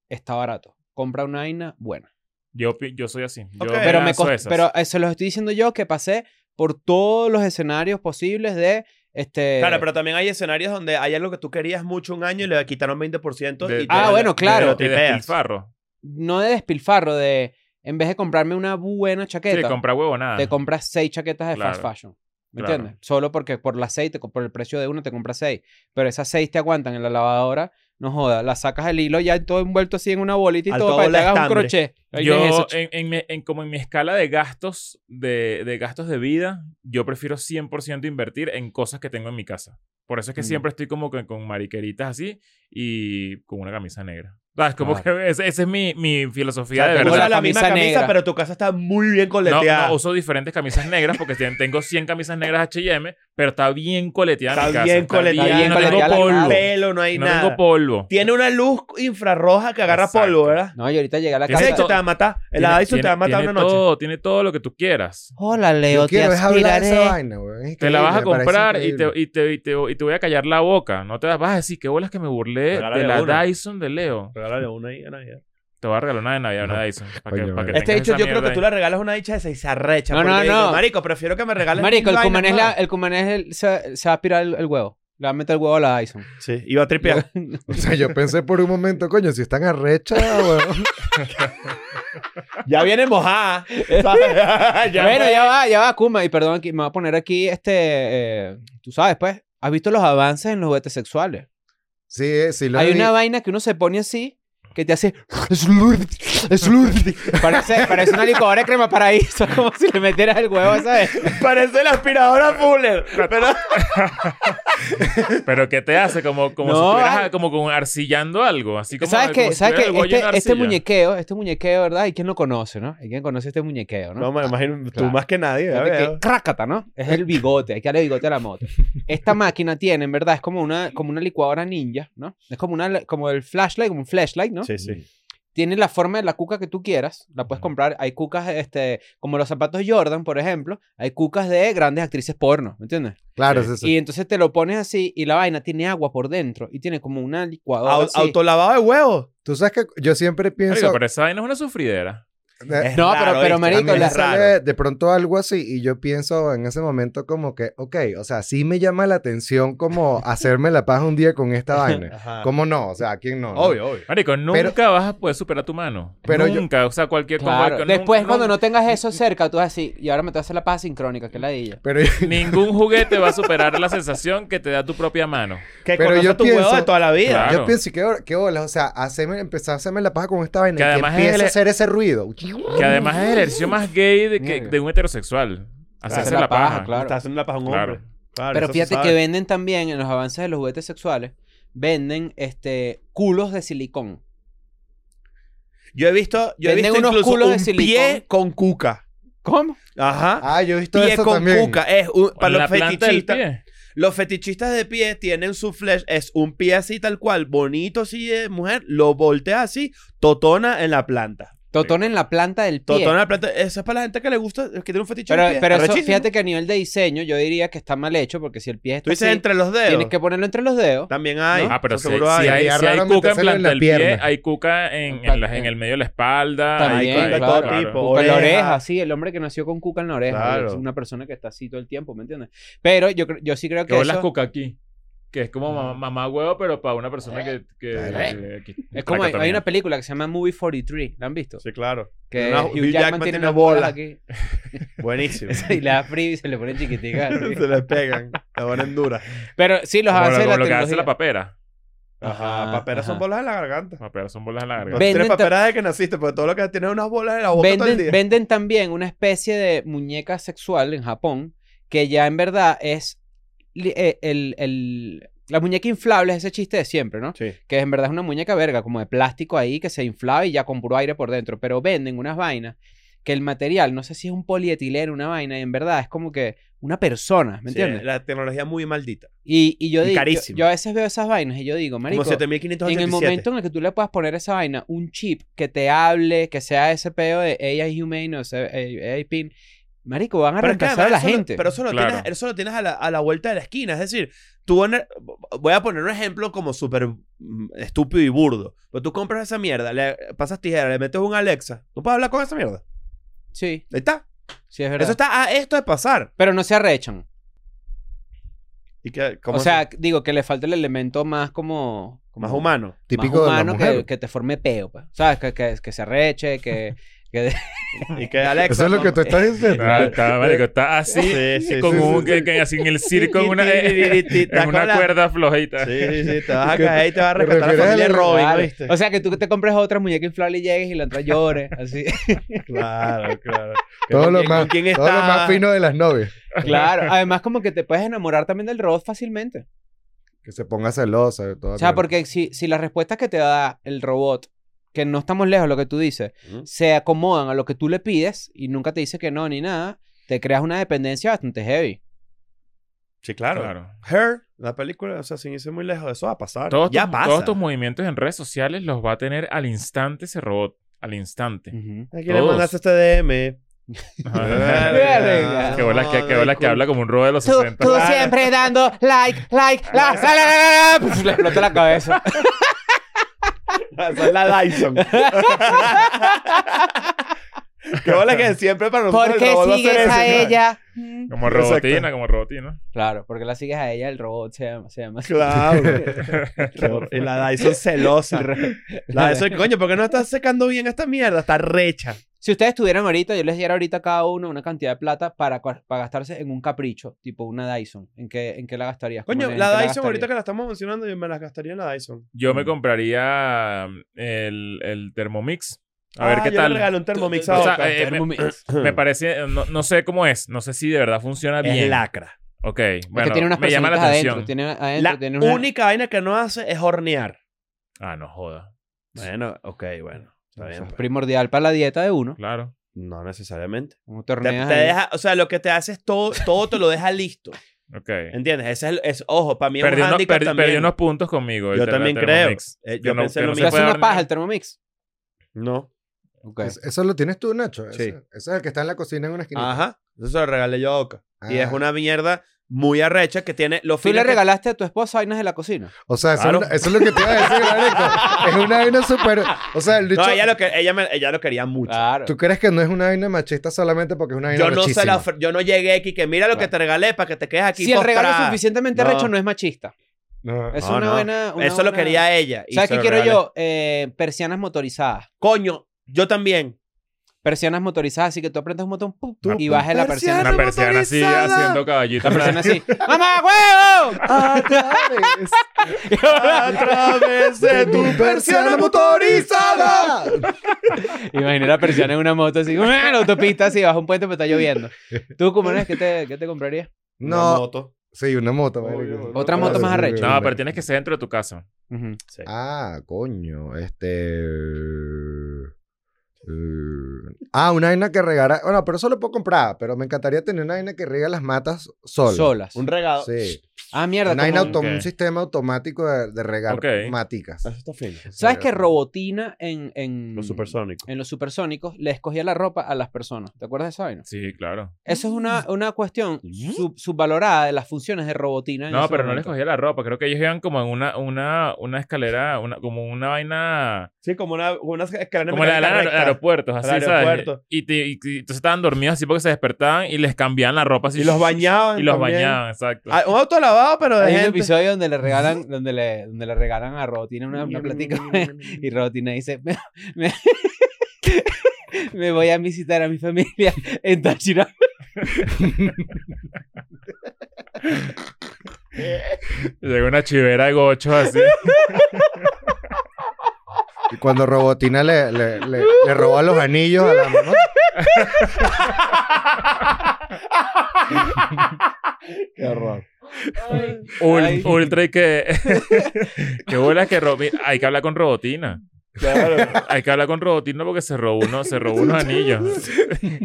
está barato. Compra una vaina buena. Yo, pi- yo soy así. Yo Ok. me Pero, me lanzo cost- esas. pero eh, se los estoy diciendo yo que pasé por todos los escenarios posibles de Este, Claro, pero también hay escenarios donde hay algo que tú querías mucho un año y le quitaron 20% De- y te Ah, lo- bueno, te claro. lo Te tripeas. despilfarro. no de despilfarro, de en vez de comprarme una buena Sí, chaqueta, compra huevo nada. te compras seis chaquetas de fast Claro. fashion. ¿Me Claro. entiendes? Solo porque por las seis, te co- por el precio de una, te compras seis. Pero esas seis te aguantan en la lavadora. No joda, la sacas el hilo ya todo envuelto así en una bolita y Al todo todo para que te la hagas un estambre. crochet. Ahí tienes eso, Yo, chico. en, en mi- en- como en mi escala de gastos de, de gastos de vida, yo prefiero 100% invertir en cosas que tengo en mi casa. Por eso es que Mm. siempre estoy como que con mariqueritas así y con una camisa negra. Ah, es como Claro. que esa esa es mi, mi filosofía O sea, de te Usa verdad. mola la misma Camisa camisa, negra. pero tu casa está muy bien No, coleteada. no, uso diferentes camisas negras porque ten- tengo 100 camisas negras H&M, pero está bien coleteada mi está casa. bien Está coleteada. bien no coleteada la tengo casa. polvo. pelo, no hay no nada. tengo polvo. Tiene una luz infrarroja que agarra Exacto. polvo, ¿verdad? No, y ahorita llegué a la Tiene Ese casa. Edison to- te va a matar. El Edison te va a matar tiene una noche. Todo, tiene todo lo que tú quieras. Hola, Yo Leo, te quiero es hablar de esa aspiraré. vaina, weón. Es Te la vas a increíble, me comprar parece y te, increíble. y, te, y, te, y te voy a callar la boca. No te vas a decir que bolas que me burlé Regálale de la una. Dyson de Leo. Regálale una ahí a Navidad. Te voy a regalar una de Navidad, una No. Dyson. Para que, Coño, para que vale. Este tengas esa dicho, Este yo creo que mierda tú ahí. le regalas una dicha esa y se arrecha. No, porque no, digo, no. Marico, prefiero que me regales. Marico, el mil cumanés, vainas la- más". el cumanés el- se, se va a aspirar el, el huevo. Le va a meter el huevo a la Dyson. Sí, iba a tripear. O sea, yo pensé por un momento, coño, si están arrechas, weón. ya viene mojada. Ya bueno, ya va, ya va, Kuma. Y perdón, aquí, me voy a poner aquí este. eh, tú sabes, pues. ¿Has visto los avances en los juguetes sexuales? Sí, eh, sí lo Hay vi. una vaina que uno se pone así que te hace. slurp, slurp. Parece, parece una licuadora de crema paraíso, como si le metieras el huevo, ¿sabes? Parece la aspiradora Fuller. Pero Pero ¿qué te hace? Como, como No, si estuvieras vale. ah, como con arcillando algo. Así como, ¿Sabes como qué? si ¿Sabes tuvieras qué? el bollo en Este, este arcilla. muñequeo, este muñequeo, ¿verdad? ¿Y quién lo conoce, no? ¿Y quién conoce este muñequeo, no? No, me imagino tú Claro. más que nadie. ya Fíjate que veo. crácata, ¿no? Es el bigote, hay que darle bigote a la moto. Esta máquina tiene, en verdad, es como una, como una licuadora ninja, ¿no? Es como, una, como el flashlight, como un flashlight, ¿no? Sí, sí. Tiene la forma de la cuca que tú quieras, la puedes comprar. Hay cucas, este, como los zapatos Jordan, por ejemplo, hay cucas de grandes actrices porno, ¿me entiendes? Claro, sí, sí. Y entonces te lo pones así y la vaina tiene agua por dentro y tiene como una licuadora. Au- así. Autolavado de huevos. Tú sabes que yo siempre pienso... Marico, pero esa vaina es una sufridera. eh, Es No, pero- raro, pero, ¿viste? a mí marico, me la- es raro. sale de pronto algo así y yo pienso en ese momento como que, ok, o sea, sí me llama la atención como hacerme la paz un día con esta vaina. Ajá. ¿Cómo no? O sea, ¿a quién no? no? Obvio, obvio. Marico, nunca vas a poder superar tu mano. Pero yo- nunca. O sea, cualquier Claro. cualquier- nun- Después, cuando nun- no tengas eso cerca, tú vas así. Y ahora me te hace la paja sincrónica, que es la de ella. Pero, Ningún juguete va a superar la sensación que te da tu propia mano. Que Pero pero yo tu pienso- huevo de toda la vida. Claro. Yo pienso, ¿qué, hor- qué bolas? O sea, hacerme, empezar a hacerme la paja con esta vaina Que y que además es empieza el- a hacer ese ruido. Que además es el ejercicio más gay de, que, Mierda. de un heterosexual. Hacerse Hacer la paja. claro. Está haciendo la paja a un Claro. hombre. Claro, Pero eso se fíjate sabe. que venden también en los avances de los juguetes sexuales, venden este culos de silicón. Yo he visto, yo he Venden visto unos incluso culos de un silicón. pie con cuca. ¿Cómo? Ajá. Ah, yo he visto pie eso con también. cuca. Es un- Para para la los planta del fetichistas. pie. Los fetichistas de pie tienen su flesh. Es un pie así tal cual, bonito así de mujer. Lo voltea así, totona en la planta. Totón en la planta del pie. Totona en la planta. Eso es para la gente que le gusta, que tiene un fetichismo. pero pero eso, fíjate que a nivel de diseño yo diría que está mal hecho porque si el pie está Tú dices así, entre los dedos. tienes que ponerlo entre los dedos. También hay. Ah, pero Eso si, seguro si hay, Sería si hay raro cuca en metérselo en planta la del pie, pierna. hay cuca en, en, las- en el medio de la espalda. También, hay cuca de claro. todo Claro. tipo. Cuca en la oreja. oreja, sí, el hombre que nació con cuca en la oreja. Claro. Es una persona que está así todo el tiempo, ¿me entiendes? Pero yo, cre- yo sí creo Que que bolas eso cuca aquí. Que es como mamá, mamá huevo, pero para una persona que... que- Claro. que- que- es como hay, hay tracotomía. una película que se llama Movie 43, ¿la han visto? Sí, claro. Que Una- Hugh Hugh Jackman, Jackman tiene tiene una bola bolas. aquí Buenísimo. y le da frío y se le pone chiquitica. ¿no? se les pegan. La ponen dura. Pero sí, los Como, lo, avances de como la lo que hace tecnología. la papera. Ajá. Ajá, paperas ajá. son bolas en la garganta. Paperas son bolas en la No garganta. Venden tienes ta- paperas de que naciste, pero todo lo que tienes es unas bolas en la boca todo el venden, día. venden también una especie de muñeca sexual en Japón que ya en verdad es li- eh, el, el- la muñeca inflable es ese chiste de siempre, ¿no? Sí. Que en verdad es una muñeca verga, como de plástico ahí que se inflaba y ya con puro aire por dentro. Pero venden unas vainas que el material, no sé si es un polietileno, una vaina, y en verdad es como que una persona, ¿me Sí, entiendes? La tecnología es muy maldita. Y, y yo y digo, yo, carísimo. yo a veces veo esas vainas y yo digo, marico, Como 7587. en el momento en el que tú le puedas poner esa vaina, un chip que te hable, que sea ese peo de AI Humane o sea, eh, AI Pin, marico, van a Pero es que reemplazar a la además eso lo- gente. pero eso lo Claro. tienes, eso lo tienes a, la, a la vuelta de la esquina. Es decir, tú en el- voy a poner un ejemplo como súper mm, estúpido y burdo. Pero tú compras esa mierda, le pasas tijera, le metes un Alexa. Tú puedes hablar con esa mierda. Sí, Ahí está. sí, es verdad. Eso está a esto de pasar. Pero no se arrechan. ¿Y qué- cómo O es? sea, digo que le falta el elemento más como... como más humano. Típico de la humano mujer. que, que te forme peo, pues. ¿Sabes? Que, que, que se arreche, que... que- Y que Alexa. Eso es lo que tú mamá- estás diciendo. Está, está, marico, está así, Sí, sí, con sí, un, sí, que- sí. que así en el circo, en una, eh, en en una cuerda flojita. Sí, sí, sí, te vas a caer y te vas a rescatar refieres la familia al- de Robin, Claro. ¿viste? O sea, que tú que te compres otra muñeca inflable y llegues y la otra llore, así. Claro, claro. Todo lo ¿Con más- quién Todo lo más estaba? fino de las novias. Claro, además como que te puedes enamorar también del robot fácilmente. Que se ponga celosa. de toda O sea, mierda. porque si, si las respuestas que te da el robot, que no estamos lejos de lo que tú dices, Ujú. se acomodan a lo que tú le pides y nunca te dice que no ni nada, te creas una dependencia bastante heavy. Sí, claro. Claro. Her, la película, o sea, sin irse muy lejos, eso va a pasar. Todos, ya tus, pasa. todos tus movimientos en redes sociales los va a tener al instante ese robot. Al instante. Aquí le todos. Ah, mandaste este DM. que bola que, que, bola que habla como un robot de los 60. siempre dando like, like, la, la, la, la, la, le explota la cabeza. Esa es la Dyson. Qué bola que siempre para nosotros. el robot va a hacer eso, ¿no? Como robotina, Exacto. como robotina. Claro, porque la sigues a ella, el robot se llama. Se llama. Claro. y la Dyson celosa. La Dyson, coño, ¿por qué no estás secando bien esta mierda? Está recha. Si ustedes tuvieran ahorita, yo les diera ahorita a cada uno una cantidad de plata para, cua- para gastarse en un capricho, tipo una Dyson. ¿En qué, en qué la gastarías? ¿Cómo Coño, le- en qué la Dyson, ahorita que gastarías? la estamos mencionando, yo me la gastaría en la Dyson. Yo me compraría mm, el, el Thermomix. A ver Ah, qué yo tal. Le regalé un Thermomix a O sea, Oca. eh, me- Thermomix. Me parece, eh, no, no sé cómo es, no sé si de verdad funciona Es bien. lacra. Ok, Es bueno, que tiene unas me llama la atención. personitas adentro. Tiene adentro, La tiene una- única vaina que no hace es hornear. Ah, no joda, Bueno, ok, bueno. Está Eso bien. es pues. primordial para la dieta de uno. claro. No necesariamente. Como Te, torneas te ahí. deja, o sea, lo que te hace es todo, todo te lo deja listo. Ok. ¿Entiendes? Ese es, el- es- ojo, para mí es Perdí, un uno- handicap perdí- también. perdí unos puntos conmigo. el Yo Ter- también creo. Thermomix. Eh, yo Que no- pensé que lo no se ¿Te mismo. hace puede una hornear. paja el Thermomix? No. Ok. Es- eso lo tienes tú, Nacho. Sí. Ese, ese es el que está en la cocina en una esquina. Ajá. Eso se lo regalé yo a Oca. Y es Ah. una mierda muy arrecha que tiene los Tú fines le que- regalaste a tu esposa vainas de la cocina. O sea, eso, Claro. es una- eso es lo que te iba a decir, marico. Es una vaina súper... O sea, el dicho... No, ella lo, que, ella, me- ella lo quería mucho. Claro. ¿Tú crees que no es una vaina machista solamente porque es una vaina yo, no se rechísima? la ofre- yo no llegué aquí, que mira lo que te regalé para que te quedes aquí. Si el regalo es postrada. suficientemente No. recho, no es machista. No. Es No, una no. buena. una Eso lo buena- quería ella. y ¿Sabes se qué lo quiero regalé. yo? Eh, persianas motorizadas. Coño, yo también. Persianas motorizadas, así que tú aprendes un botón pum, Una- y bajes la persiana. persiana. Una persiana así motorizada. haciendo caballito. La persiana así. ¡Mamá, huevo! A través de tu persiana motorizada. Imagina la persiana en una moto así, ¡ah! la autopista así, bajo un puente, pero está lloviendo. ¿Tú, como no qué te, qué te comprarías? Una No, moto. sí, una moto. Obvio, marico. boludo. Otra moto más arrecha. No, pero tienes que ser dentro de tu casa. Ujú. Sí. Ah, coño, este... eh, ah, una vaina que regara. Bueno, pero eso lo puedo comprar. Pero me encantaría tener una vaina que riega las matas sola. Solas. Un regalo. Sí. Ah, mierda. Una vaina como- autom- Ok. Un sistema automático de, de regar Ok. maticas. Eso está fino. ¿Sabes que Robotina en, en, Los supersónicos. en los supersónicos le escogía la ropa a las personas? ¿Te acuerdas de esa vaina? Sí, claro. Eso es una, una cuestión sub- subvalorada de las funciones de Robotina. en No, ese pero no les momento. cogía la ropa. Creo que ellos iban como en una, una, una escalera, una, como una vaina. Sí, como una, como una escalera Como la de mecánica los recta. aeropuertos, así, Al aeropuerto. ¿sabes? Y, te- y- y entonces estaban dormidos así porque se despertaban y les cambiaban la ropa así. Y los bañaban. Y los también. bañaban, exacto. Ah, un auto lavado, pero de Hay un gente. episodio donde le regalan, donde le, donde le regalan a Robotina una, una plática y Robotina dice, me, me- me voy a visitar a mi familia en Táchira. Llegó una chivera de gochos así. Y cuando Robotina le, le, le, le roba los anillos a la mamá. Qué horror. Ul- Ay. ultra y que. Qué bola que Robi- Hay que hablar con Robotina. Claro. Hay que hablar con Robotina porque se robó, uno, se robó unos anillos.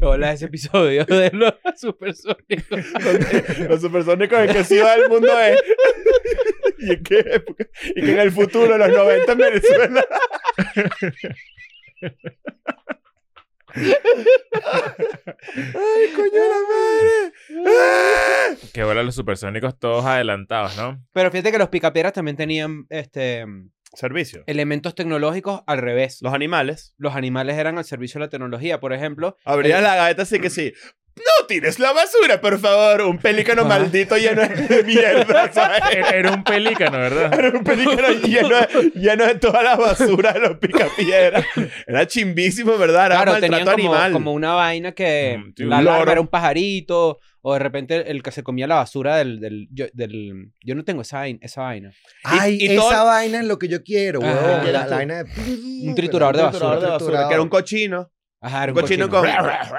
Hola, ese episodio de los supersónicos. Los supersónicos en que ciudad del mundo es. ¿Y en qué época? Y que en el futuro, en los 90 en Venezuela. ¡Ay, coño de la madre! ¡Ah! Qué bola los supersónicos todos adelantados, ¿no? Pero fíjate que los picapiedras también tenían este, Servicio. elementos tecnológicos al revés. Los animales. Los animales eran al servicio de la tecnología. Por ejemplo, Abrías Eh. la gaveta así que sí. No tires la basura, por favor. Un Ah. pelícano maldito lleno de mierda, ¿sabes? Er, Era era un pelícano, ¿verdad? Era un pelícano lleno, lleno de toda la basura de los picapiedras. Era chimbísimo, ¿verdad? Era Claro, tenían maltrato como, animal. como una vaina que Mm, tío, la un larva loro. era un pajarito, o de repente el que se comía la basura del... del, yo, del- yo no tengo esa vaina. Esa vaina. Ay, y esa todo- vaina es lo que yo quiero, Ajá. huevón. ¿Quieres La, tú? la vaina de... Un triturador de basura. triturador de basura, que era un cochino. Ajá, era Un un cochino, cochino. con...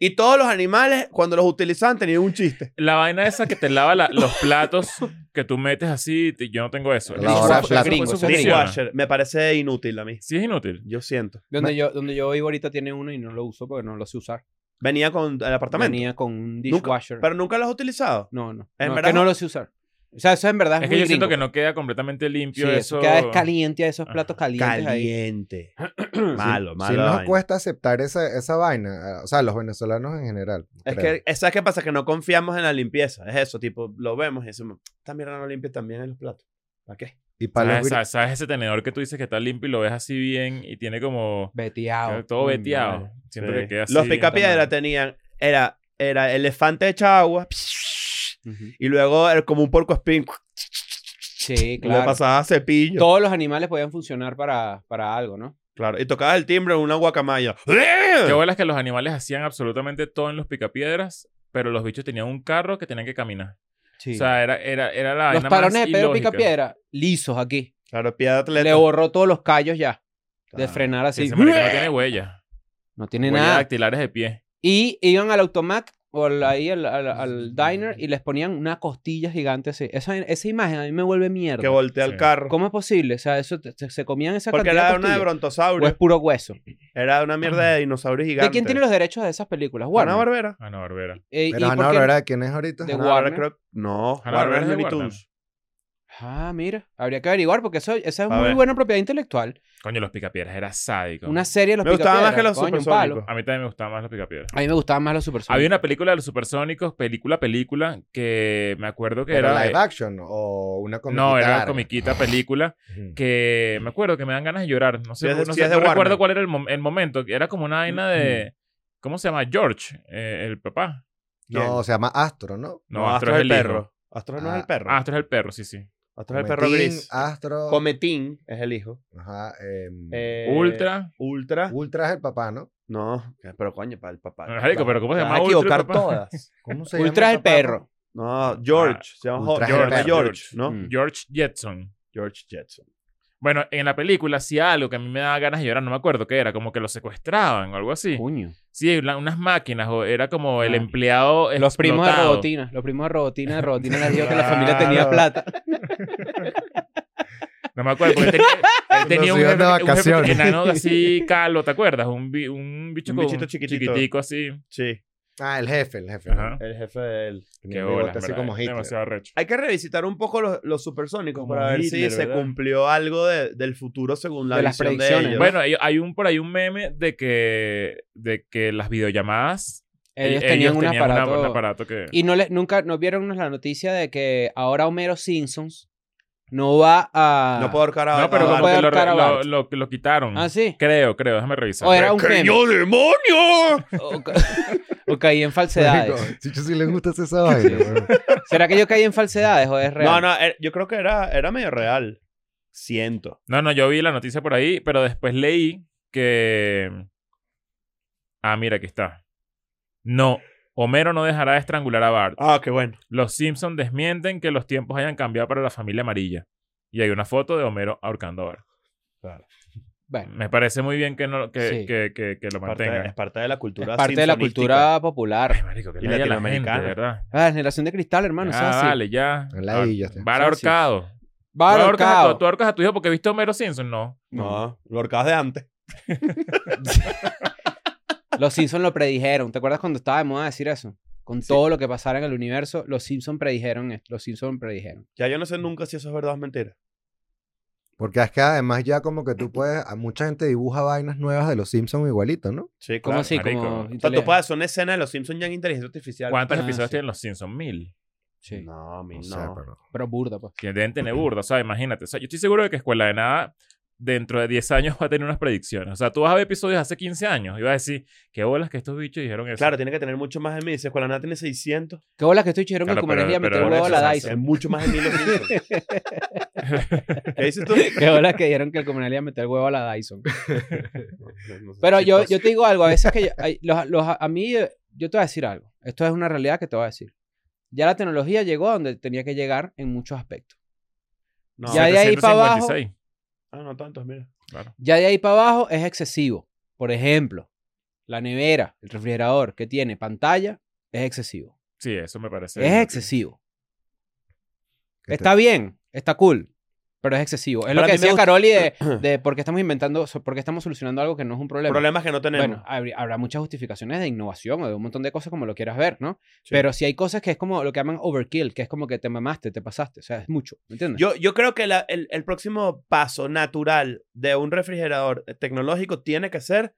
Y todos los animales, cuando los utilizaban, tenían un chiste. La vaina esa que te lava la- los platos que tú metes así, te- yo no tengo eso. La Eso fu- hora de plato. eso Eso funciona. Dishwasher. Me parece inútil a mí. Sí es inútil. Yo siento. Donde yo, donde yo vivo ahorita tiene uno y no lo uso porque no lo sé usar. Venía con el apartamento. Venía con un Nunca- dishwasher. Pero nunca lo has utilizado. No, no. En no, es verdad- que no lo sé usar. O sea, eso en verdad Ah, es, Es que muy yo siento gringo. que no queda completamente limpio Sí, eso. eso queda es caliente a esos Ajá. platos calientes ahí. Caliente. malo, malo. Si nos vaina. cuesta aceptar esa, esa vaina, eh, o sea, los venezolanos en general. Es creo. que, ¿sabes qué pasa? Que no confiamos en la limpieza. Es eso, tipo, lo vemos y decimos, esta mierda no limpia también en los platos. ¿Para qué? Y para Ah, ¿Sabes, los gringos- sabes- sabes ese tenedor que tú dices que está limpio y lo ves así bien y tiene como Veteado. todo Mm, veteado? vale. Siento Sí. que queda así. Los picapiedra tenían, era, era elefante hecho agua, Ujú. y luego era como un porco espín, Sí, y le claro. pasaba cepillo. Todos los animales podían funcionar para, para algo, ¿no? Claro, y tocaba el timbre en una guacamaya. Qué bolas que los animales hacían absolutamente todo en los picapiedras, pero los bichos tenían un carro que tenían que caminar. Sí. O sea, era, era, era la los vaina más parones de Pedro ilógica. Picapiedra, lisos aquí. Claro, piedra Le atleta. borró todos los callos ya. De Claro. frenar Sí, así. ese marica no tiene huella. No tiene Huellas nada. dactilares de pie. Y iban al automac o al- ahí al, al- al diner y les ponían una costilla gigante así. Esa, esa imagen a mí me vuelve mierda. Que voltea Sí. el carro. ¿Cómo es posible? O sea, eso te- te- se comían esa Porque cantidad era de una de costillas. brontosaurio. ¿O es puro hueso? Era una mierda de dinosaurio gigante. ¿De quién tiene los derechos de esas películas? Hanna Warner. Barbera? Ah, no, Barbera. Eh, ¿y Pero por Ana qué- Barbera, ¿quién es ahorita? De Hanna Warner. Barbera creo. No, Hanna Barbera Barbera es es de de Looney Warner. Tunes. Ah, mira. Habría que averiguar porque eso, esa es A muy ver. buena propiedad intelectual. Coño, los picapiedras era sádico. Una serie de los Me gustaba más que Picapiedras, los coño, un palo. supersónicos. A mí también me gustaban más los picapiedras. A mí me gustaban más los supersónicos. Había una película de los supersónicos, película, película, que me acuerdo que ¿Pero era. live action o una comiquita no, era larga? comiquita, película, Ujú. que me acuerdo que me dan ganas de llorar. No sé, Sí, es de- no, sí, sé- es de no Warner. Mm-hmm. recuerdo cuál era el, mom- el momento. Era como una vaina de. ¿Cómo se llama? George, eh, el papá. No, se llama Astro, ¿no? No, Astro, es el, perro. perro. Astro no es el Ah, perro. Hijo. Astro es el perro, sí, sí. Astro es el perro Cometín, gris. ah, Astro. ah, Cometín es el hijo. Ajá. em, Eh, Mm, Ultra. Ultra. Ultra es el papá, ¿no? No, que- pero coño, para el papá. Marico, pero ¿cómo se Te vas llama a Ultra, equivocar papá? todas. ¿Cómo se Ultra llama es el perro. No, George. se llama Ultra George, es el George, perro. ¿no? Mm. George Jetson. George Jetson. Bueno, en la película hacía algo que a mí me daba ganas de llorar, no me acuerdo qué era, como que lo secuestraban o algo así. Coño. Sí, la- unas máquinas, o era como el Ah. empleado. Los primos de explotado. Robotina. Los primos de Robotina. De Robotina les dijo que la familia tenía Claro. plata. No me acuerdo, porque él tenía, él tenía Los un, iban jefe, de un jefe vacaciones. enano así calo, ¿te acuerdas? Un, bi- un bicho Un con- bichito chiquitito. chiquitico así. Sí, Ah, el jefe, el jefe. Ajá. el jefe de él. Qué Tenía un bigote bola, así como Hitler. demasiado recho. Hay que revisitar un poco los, los supersónicos Como para ver Hitler, ¿verdad? si se cumplió algo de- del futuro según la De las visión de predicciones. ellos. Bueno, hay, hay un por ahí un meme de que, de que las videollamadas... Ellos, e- tenían un una- aparato. un aparato que... Y no le, nunca nos vieron la noticia de que ahora Homero Simpsons no va a. no puedo ahorcar a no, pero no como a- puede que lo, ahorcar a lo, Bart. lo- lo quitaron. Ah, sí. Creo, creo. Déjame revisar. O era un ¡Que meme. yo demonio! O, ca- o caí en falsedades. Marico, Chicho sí le gusta hacer esa vaina. weón. ¿Será que yo caí en falsedades o es real? No, no, er- yo creo que era, era medio real. Siento. No, no, yo vi la noticia por ahí, pero después leí que... Ah, mira, aquí está. No, Homero no dejará de estrangular a Bart. Ah, qué bueno. Los Simpsons desmienten que los tiempos hayan cambiado para la familia amarilla. Y hay una foto de Homero ahorcando a Bart. Bueno, Me parece muy bien que, no, que, Sí. que, que, que lo Parte de- es mantengan. parte de la es cultura. parte de la sinfonística. cultura popular. Ay, marico, que Y le haya la gente, latinoamericana. ¿verdad? Ah, la generación de cristal, hermano. ah, sea así. vale, ya. En la villa, sí. Bar Sí, ahorcado. Va Tú al ahorcas a ahorcado. tu- Tú ahorcas a tu hijo porque viste a Homero Simpson, no. No, lo ahorcabas de antes. Los Simpsons lo predijeron. ¿Te acuerdas cuando estaba de moda decir eso? Con todo lo que pasara en el universo, los Simpsons predijeron esto. Los Simpsons predijeron. Ya yo no sé nunca si eso es verdad o es mentira. Porque es que además ya como que tú puedes... A mucha gente dibuja vainas nuevas de los Simpsons igualito, ¿no? Sí, ¿Cómo claro. así? marico. Como O O sea, tú intele- puedes hacer una escena de los Simpsons ya en inteligencia artificial. ¿Cuántos Ah, episodios sí. tienen los Simpsons? Mil. Sí, No, mi, No no. sé, pero... pero burda, pues. Que deben tener burda. O sea, imagínate. O sea, yo estoy seguro de que Escuela de Nada dentro de 10 años va a tener unas predicciones. O sea, tú vas a ver episodios hace 15 años y vas a decir, qué bolas que estos bichos dijeron eso. Claro, tiene que tener mucho más de mí. Dices, Cualaná tiene 600. Qué bolas que estoy dijeron Claro, que como energía pero- metió pero el huevo a la bueno, Dyson. Es mucho más de mí. lo que hizo. ¿Qué dices tú? Qué bolas que dijeron que el comunal iba a meter el huevo a la Dyson. Pero yo, yo te digo algo, a veces que yo- ay, los, los- a mí, eh, yo te voy a decir algo. Esto es una realidad que te voy a decir. Ya la tecnología llegó a donde tenía que llegar en muchos aspectos. No, Ya de ahí para abajo. 756. Ah, no tantos, mira. Ya de ahí para abajo es excesivo. Por ejemplo, la nevera, el refrigerador que tiene pantalla, es excesivo. Sí, eso me parece. es excesivo. Que Está bien, está cool, pero es excesivo. Es lo Para que mí me decía gusta- Caroli de, de por qué estamos inventando, so- por qué estamos solucionando algo que no es un problema. Problemas que no tenemos. Bueno, habr- habrá muchas justificaciones de innovación o de un montón de cosas como lo quieras ver, ¿no? Sí. Pero si hay cosas que es como lo que llaman overkill, que es como que te mamaste, te pasaste, o sea, es mucho, ¿me entiendes? Yo, yo creo que la- el, el próximo paso natural de un refrigerador eh, tecnológico tiene que ser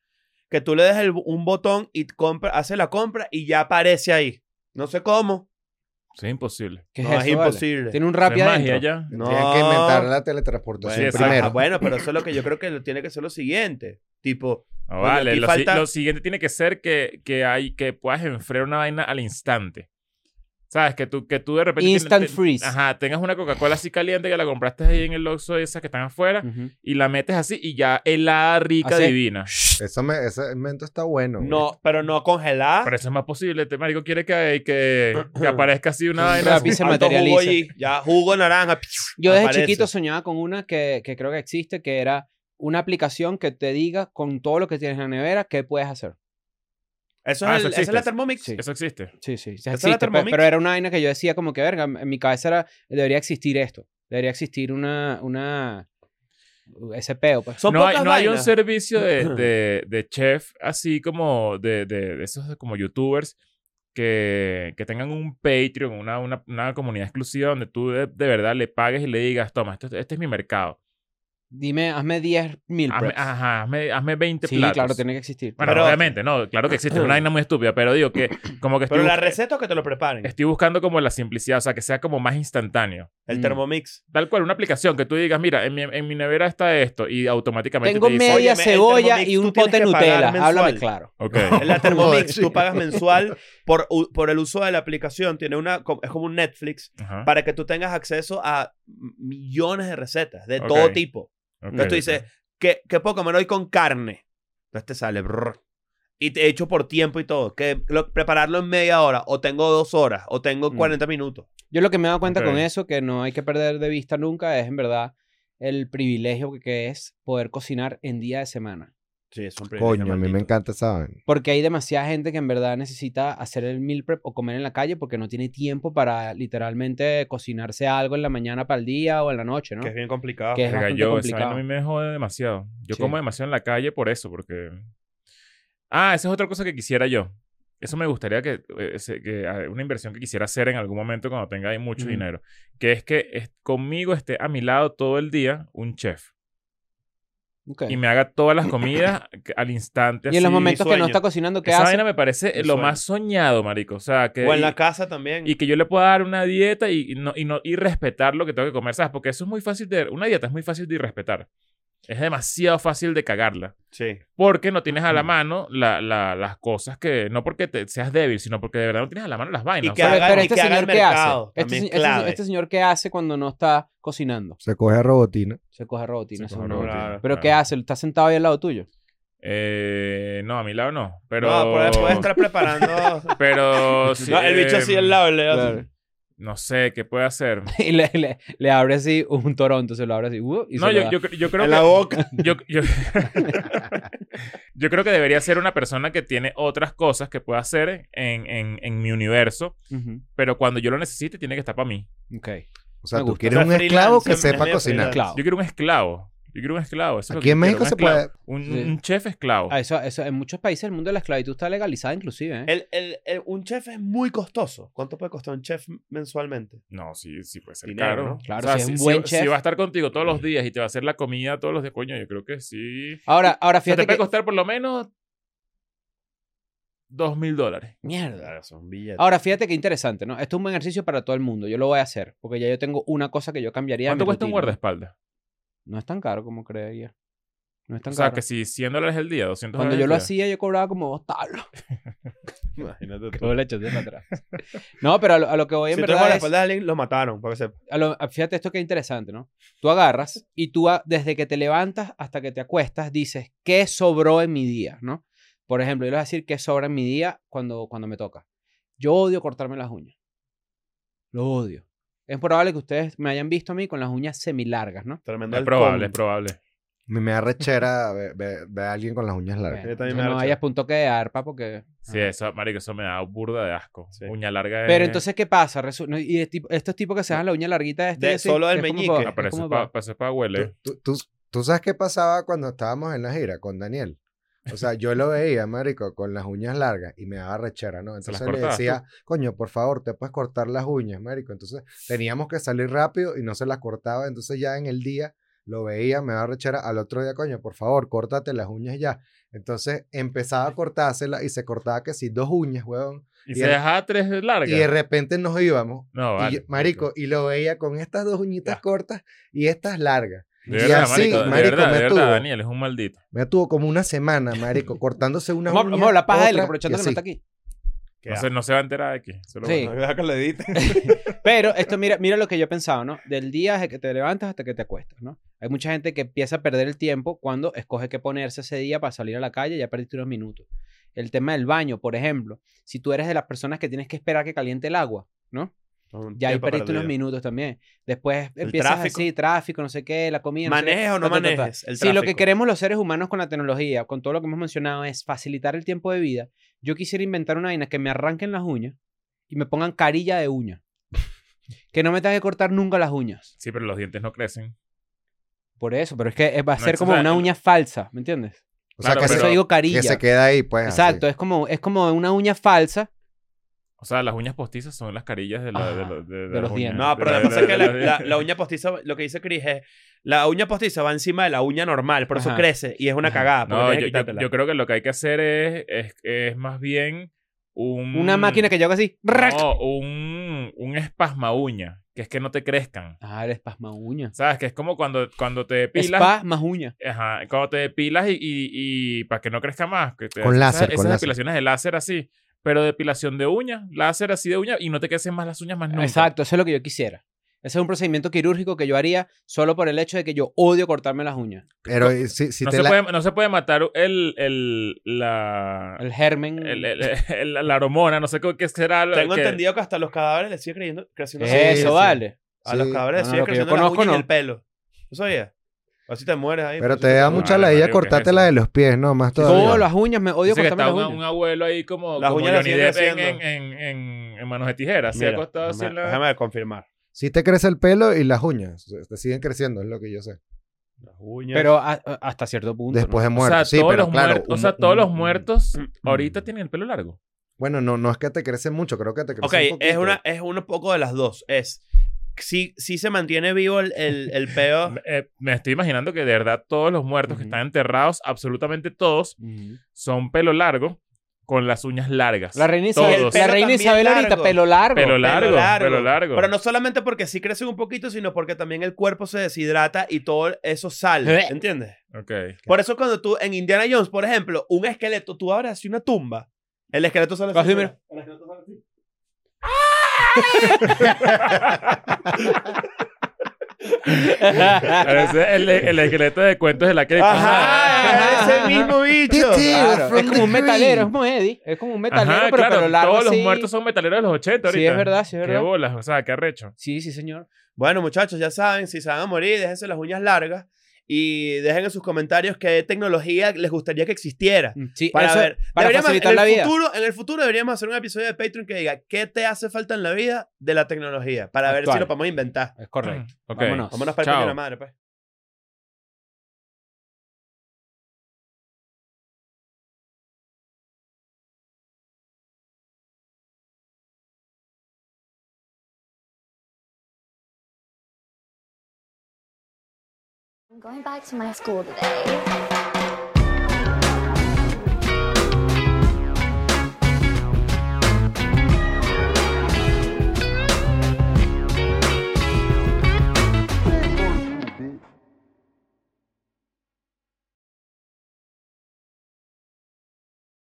que tú le des el- un botón y compra, hace la compra y ya aparece ahí. No sé cómo. Sí, es imposible. ¿Qué no, es eso, vale? imposible. Tiene un Es rap y magia adentro. ya. No. Tienen que inventar la teletransportación Bueno, primero. Ah, bueno, pero eso es lo que yo creo que lo- tiene que ser lo siguiente. Tipo, No, Coño, vale, aquí lo, si- falta- lo siguiente tiene que ser que, que, hay, que puedas enfriar una vaina al instante. ¿Sabes? Que tú, que tú de repente... Instant te- te- freeze. Ajá, tengas una Coca-Cola así caliente que la compraste ahí en el Oxxo, esas que están afuera, Ujú. y la metes así y ya helada, rica, Así. divina. Eso me, ese invento está bueno. güey. no, pero no congelar. Pero eso es más posible. Este marico quiere que, que, que aparezca así una vaina Rápido. así. y se Alto jugo materializa. allí, ya jugo naranja. Yo desde aparece. chiquito soñaba con una que, que creo que existe, que era una aplicación que te diga con todo lo que tienes en la nevera qué puedes hacer. Eso Ah, es eso el- esa es existe. la Thermomix. Sí. Eso existe. Sí, sí, sí, ¿Esa es existe, la pe- pero, Thermomix? era una vaina que yo decía como que, verga, en mi cabeza era, debería existir esto, debería existir una, una, ese peo, pues. Son no pocas hay, no hay un vainas. servicio de, de- de chef así como de, de- de esos como youtubers que, que tengan un Patreon, una, una, una comunidad exclusiva donde tú de, de verdad le pagues y le digas, toma, esto- este es mi mercado. Dime, hazme 10 mil pues. Hazme, ajá, hazme, hazme 20 Sí, platos. claro, tiene que existir. Bueno, Pero- obviamente, no, claro que existe una vaina muy estúpida, pero digo que como que estoy, Pero la bus- receta es que te lo preparen. estoy buscando como la simplicidad, o sea, que sea como más instantáneo. El Mm. Thermomix. Tal cual, una aplicación que tú digas, mira, en mi, en mi nevera está esto y pues, automáticamente Tengo te dice, media "Oye, me- el cebolla Thermomix y tú un pote tienes que Nutella. pagar mensual". Háblame claro. Ok. En la Thermomix Sí. tú pagas mensual por, u- por el uso de la aplicación. Tiene una, co- es como un Netflix Ajá. para que tú tengas acceso a m- millones de recetas de Ok. todo tipo. Ok, Entonces tú ok. dices, ¿qué, qué puedo comer hoy con carne? Entonces te sale. brr, y te hecho por tiempo y todo. Que lo- prepararlo en media hora. O tengo dos horas. O tengo Mm. 40 minutos. Yo lo que me he dado cuenta con Ok. eso, que no hay que perder de vista nunca, es en verdad el privilegio que- que es poder cocinar en día de semana. Sí, es un privilegio, Coño, a mí me maldito. encanta, ¿saben? Porque hay demasiada gente que en verdad necesita hacer el meal prep o comer en la calle porque no tiene tiempo para literalmente cocinarse algo en la mañana para el día o en la noche, ¿no? Que es bien complicado. Que es Verga, bastante yo, esa vaina complicado. a mí me jode demasiado. Yo Sí. como demasiado en la calle por eso, porque... Ah, esa es otra cosa que quisiera yo. Eso me gustaría que... eh, se- que, ah, una inversión que quisiera hacer en algún momento cuando tenga ahí mucho Ujú. dinero. Que es que es- conmigo esté a mi lado todo el día un chef. Ok. Y me haga todas las comidas que- al instante. Y en los así. momentos que no sueño. está cocinando, ¿qué Esa hace? vaina me parece Un lo sueño. más soñado, marico. O sea, que... O en y- la casa también. y que yo le pueda dar una dieta y, y no, y, no, y respetar lo que tengo que comer, ¿sabes? Porque eso es muy fácil de... Una dieta es muy fácil de irrespetar. Es demasiado fácil de cagarla. sí. Porque no tienes a la mano la- la- las cosas que... No porque te, seas débil, sino porque de verdad no tienes a la mano las vainas. Y o que sea, Pero, haga- pero y este que haga señor el qué hace? mercado, Este, también se- este- clave. este señor qué hace cuando no está cocinando? Se coge a robotina. Se coge robotina. se eso es coge una rutina. claro. ¿Pero qué hace? ¿Está sentado ahí al lado tuyo? Eh, no, a mi lado no. Pero... No, puede, puede estar preparando. Pero... sí, No, el bicho así em, al lado. le hace- Claro. No sé, ¿qué puede hacer? Y le, le- le abre así un Toronto, se lo abre así. uh, y No, se lo yo, da. yo, cre- yo creo en que... la boca. Yo, yo, yo creo que debería ser una persona que tiene otras cosas que pueda hacer en, en- en mi universo, Ujú, pero cuando yo lo necesite tiene que estar para mí. ok. O sea, Me tú gusta. quieres O sea, un esclavo que freelance, es sepa medio cocinar. freelance. Claro. Yo quiero un esclavo. Yo quiero un esclavo. eso es lo Aquí que en quiero, México un se esclavo. puede- Un, Sí. un chef esclavo. Ah, eso, eso, en muchos países del mundo la esclavitud está legalizada inclusive. ¿eh? El, el- el- un chef es muy costoso. ¿Cuánto puede costar un chef mensualmente? No, sí, sí puede ser Dinero, caro. ¿no? Claro, si es un buen chef. Si va a estar contigo todos los días y te va a hacer la comida todos los días, coño, yo creo que sí. Ahora, ahora O sea, te fíjate puede que... costar por lo menos dos mil dólares. Mierda. Claro, son billetes. Ahora, fíjate qué interesante, ¿no? Esto es un buen ejercicio para todo el mundo. Yo lo voy a hacer, porque ya yo tengo una cosa que yo cambiaría. de ¿Cuánto mi cuesta un rutina. guardaespaldas? No es tan caro como creería. No es tan O sea, caro. que si 100 dólares el día, 200 Cuando dólares yo el lo día. hacía, yo cobraba como dos tablos. Imagínate tú. Todo le echaste para atrás. No, pero a lo, a lo que voy en Si tú verdad la es- espalda de alguien, lo mataron. Para que se... a lo- a- fíjate esto que es interesante, ¿no? Tú agarras y tú a- desde que te levantas hasta que te acuestas dices, ¿qué sobró en mi día? ¿No? Por ejemplo, yo les voy a decir qué sobra en mi día cuando, cuando me toca. Yo odio cortarme las uñas. Lo odio. Es probable que ustedes me hayan visto a mí con las uñas semilargas, ¿no? Tremendo Es halcón. probable, es probable. Me, me da rechera ver, ver- ver a alguien con las uñas largas. Bueno, yo también entonces me no arrecho. vayas punto que de arpa porque... Sí, Ajá. eso, marico, eso me da burda de asco. Sí. Uña larga Pero es- entonces, ¿qué pasa? Resu- no, y de tipo- estos tipos que se dan la uña larguita este... De- y así, solo que del es como meñique. pa- Ah, pero es eso como es pa- para huele. ¿Tú, tú, tú- tú sabes qué pasaba cuando estábamos en la gira con Daniel? O sea, yo lo veía, marico, con las uñas largas y me daba rechera, ¿no? ¿Se las Entonces le cortabas decía, coño, por favor, te puedes cortar las uñas, marico. Entonces teníamos que salir rápido y no se las cortaba. Entonces ya en el día lo veía, me daba rechera. Al otro día, coño, por favor, córtate las uñas ya. Entonces empezaba a cortárselas y se cortaba que sí, dos uñas, huevón. Y, Y se el- dejaba tres largas. Y de repente nos íbamos. No, y vale. yo- marico, y lo veía con estas dos uñitas cortas y estas largas. De y verdad, así, marico, de marico, verdad, me de verdad, tuvo. Daniel, es un maldito. Me tuvo como una semana, marico, cortándose una Vamos a- uña. vamos a hablar paja de él, otra, aprovechando y que no así. está aquí. Qué No se, no se va a enterar de aquí. Eso lo Sí. bueno. No deja que lo edite. Pero esto, mira, mira lo que yo he pensado, ¿no? Del día desde que te levantas hasta que te acuestas, ¿no? Hay mucha gente que empieza a perder el tiempo cuando escoge qué ponerse ese día para salir a la calle, ya perdiste unos minutos. El tema del baño, por ejemplo, si tú eres de las personas que tienes que esperar que caliente el agua, ¿no? Ya ahí Tiempo perdiste unos perdido. minutos también. Después empiezas tráfico. así, tráfico, no sé qué, la comida. sé qué, Manejes o no ¿eh? ta, ta, ta, ta. manejes. el Si lo que tráfico. queremos los seres humanos con la tecnología, con todo lo que hemos mencionado, es facilitar el tiempo de vida, yo quisiera inventar una vaina que me arranquen las uñas y me pongan carilla de uña. que no me tenga que cortar nunca las uñas. Sí, pero los dientes no crecen. Por eso, pero es que eh, va a No, ser eso como es- una uña falsa, ¿me entiendes? O sea, Claro, que, Por pero- eso se, digo que carilla. se queda ahí, pues. así. Exacto, es como, es como una uña falsa. O sea, las uñas postizas son las carillas de, la- de, Ajá, la- de- de de las los uñas. dientes. No, pero De lo que pasa es que de la, de- la- la uña postiza, lo que dice Cris es, la uña postiza va encima de la uña normal, por eso Ajá. crece y es una Ajá. cagada. porque No, pues, tienes que yo, yo- quitártela. yo creo que lo que hay que hacer es, es, es más bien un... Una máquina que yo haga así. ¡brac! Mm. No, un, un espasma uña. Que es que no te crezcan. Ah, el espasma uña. ¿Sabes? Que es como cuando, cuando te depilas... Spa más uña. Ajá, cuando te depilas y, y, y para que no crezca más. que te- Con esas- láser, Esas, con láser. depilaciones de láser así. Pero depilación de uña, láser así de uña y no te crecen más las uñas más nunca. Exacto, eso es lo que yo quisiera. Ese es un procedimiento quirúrgico que yo haría solo por el hecho de que yo odio cortarme las uñas. Pero y si, si no, te se la- puede, no se puede matar el, el, la, El germen. el- el- el- la hormona, no sé qué qué será. lo Tengo que- entendido que hasta los cadáveres les sigue creyendo, creciendo las uñas. Eso, sí. vale. A los sí. cadáveres les No, ah, sigue lo que yo creciendo las conozco, uñas y no. el pelo. ¿No sabías? Así te mueres ahí. pues, Pero por te eso da te- mucha Vale, la idea marico, ¿qué es cortarte la eso? de los pies, ¿no? Más todavía. Todo, las uñas, me odio Dice que cortarme está un, las uñas. un abuelo ahí como, Las como uñas las Johnny siguen Depp en, en, creciendo. en, en- en manos de tijeras. Se ha Mira, acostado así en déjame, la- déjame confirmar. Sí te crece el pelo y las uñas. se- Te siguen creciendo, es lo que yo sé. Las uñas. Pero a- a- hasta cierto punto. Después ¿no? de O muerto. sea, sí, todos pero los claro. muertos, o un- sea, todos un- los un- muertos ahorita mm. tienen el pelo largo. Bueno, no, no es que te crece mucho, creo que te crece Ok, un poquito. es, una, es un poco de las dos. Es, sí, sí se mantiene vivo el, el, el peo. Eh, me estoy imaginando que de verdad todos los muertos que Ah. Ujú. están enterrados, absolutamente todos, Ujú. son pelo largo con las uñas largas. La reina Todos. Isabel, la Pelo reina también Isabel ahorita, largo. pelo largo. Pelo largo, pelo largo. Pero no solamente porque sí crecen un poquito, sino porque también el cuerpo se deshidrata y todo eso sale. Eh. ¿Entiendes? Ok. Por eso cuando tú, en Indiana Jones, por ejemplo, un esqueleto, tú abres así una tumba, el esqueleto sale así. Así, mira. Ese es el, el esqueleto de cuentos de la que... "Ah, Ajá, Ajá, ese ajá. mismo bicho. Claro, es como un metalero, es como Eddie. Es como un metalero, Ajá, pero claro, pelo largo. todos así. los muertos son metaleros de los 80 ahorita. Sí, es verdad, sí, es Qué verdad. bolas, o sea, qué arrecho. Sí, sí, señor. Bueno, muchachos, ya saben, si se van a morir, déjense las uñas largas y dejen en sus comentarios qué tecnología les gustaría que existiera. Mm, Sí, Para eso- ver, para deberíamos- facilitar en la el vida. Futuro, en el futuro deberíamos hacer un episodio de Patreon que diga qué te hace falta en la vida de la tecnología para ver si Actual. lo podemos inventar. Es correcto. Ok. Vámonos. Vámonos para el Chao. coño de la madre, pues. I'm going back to my school today.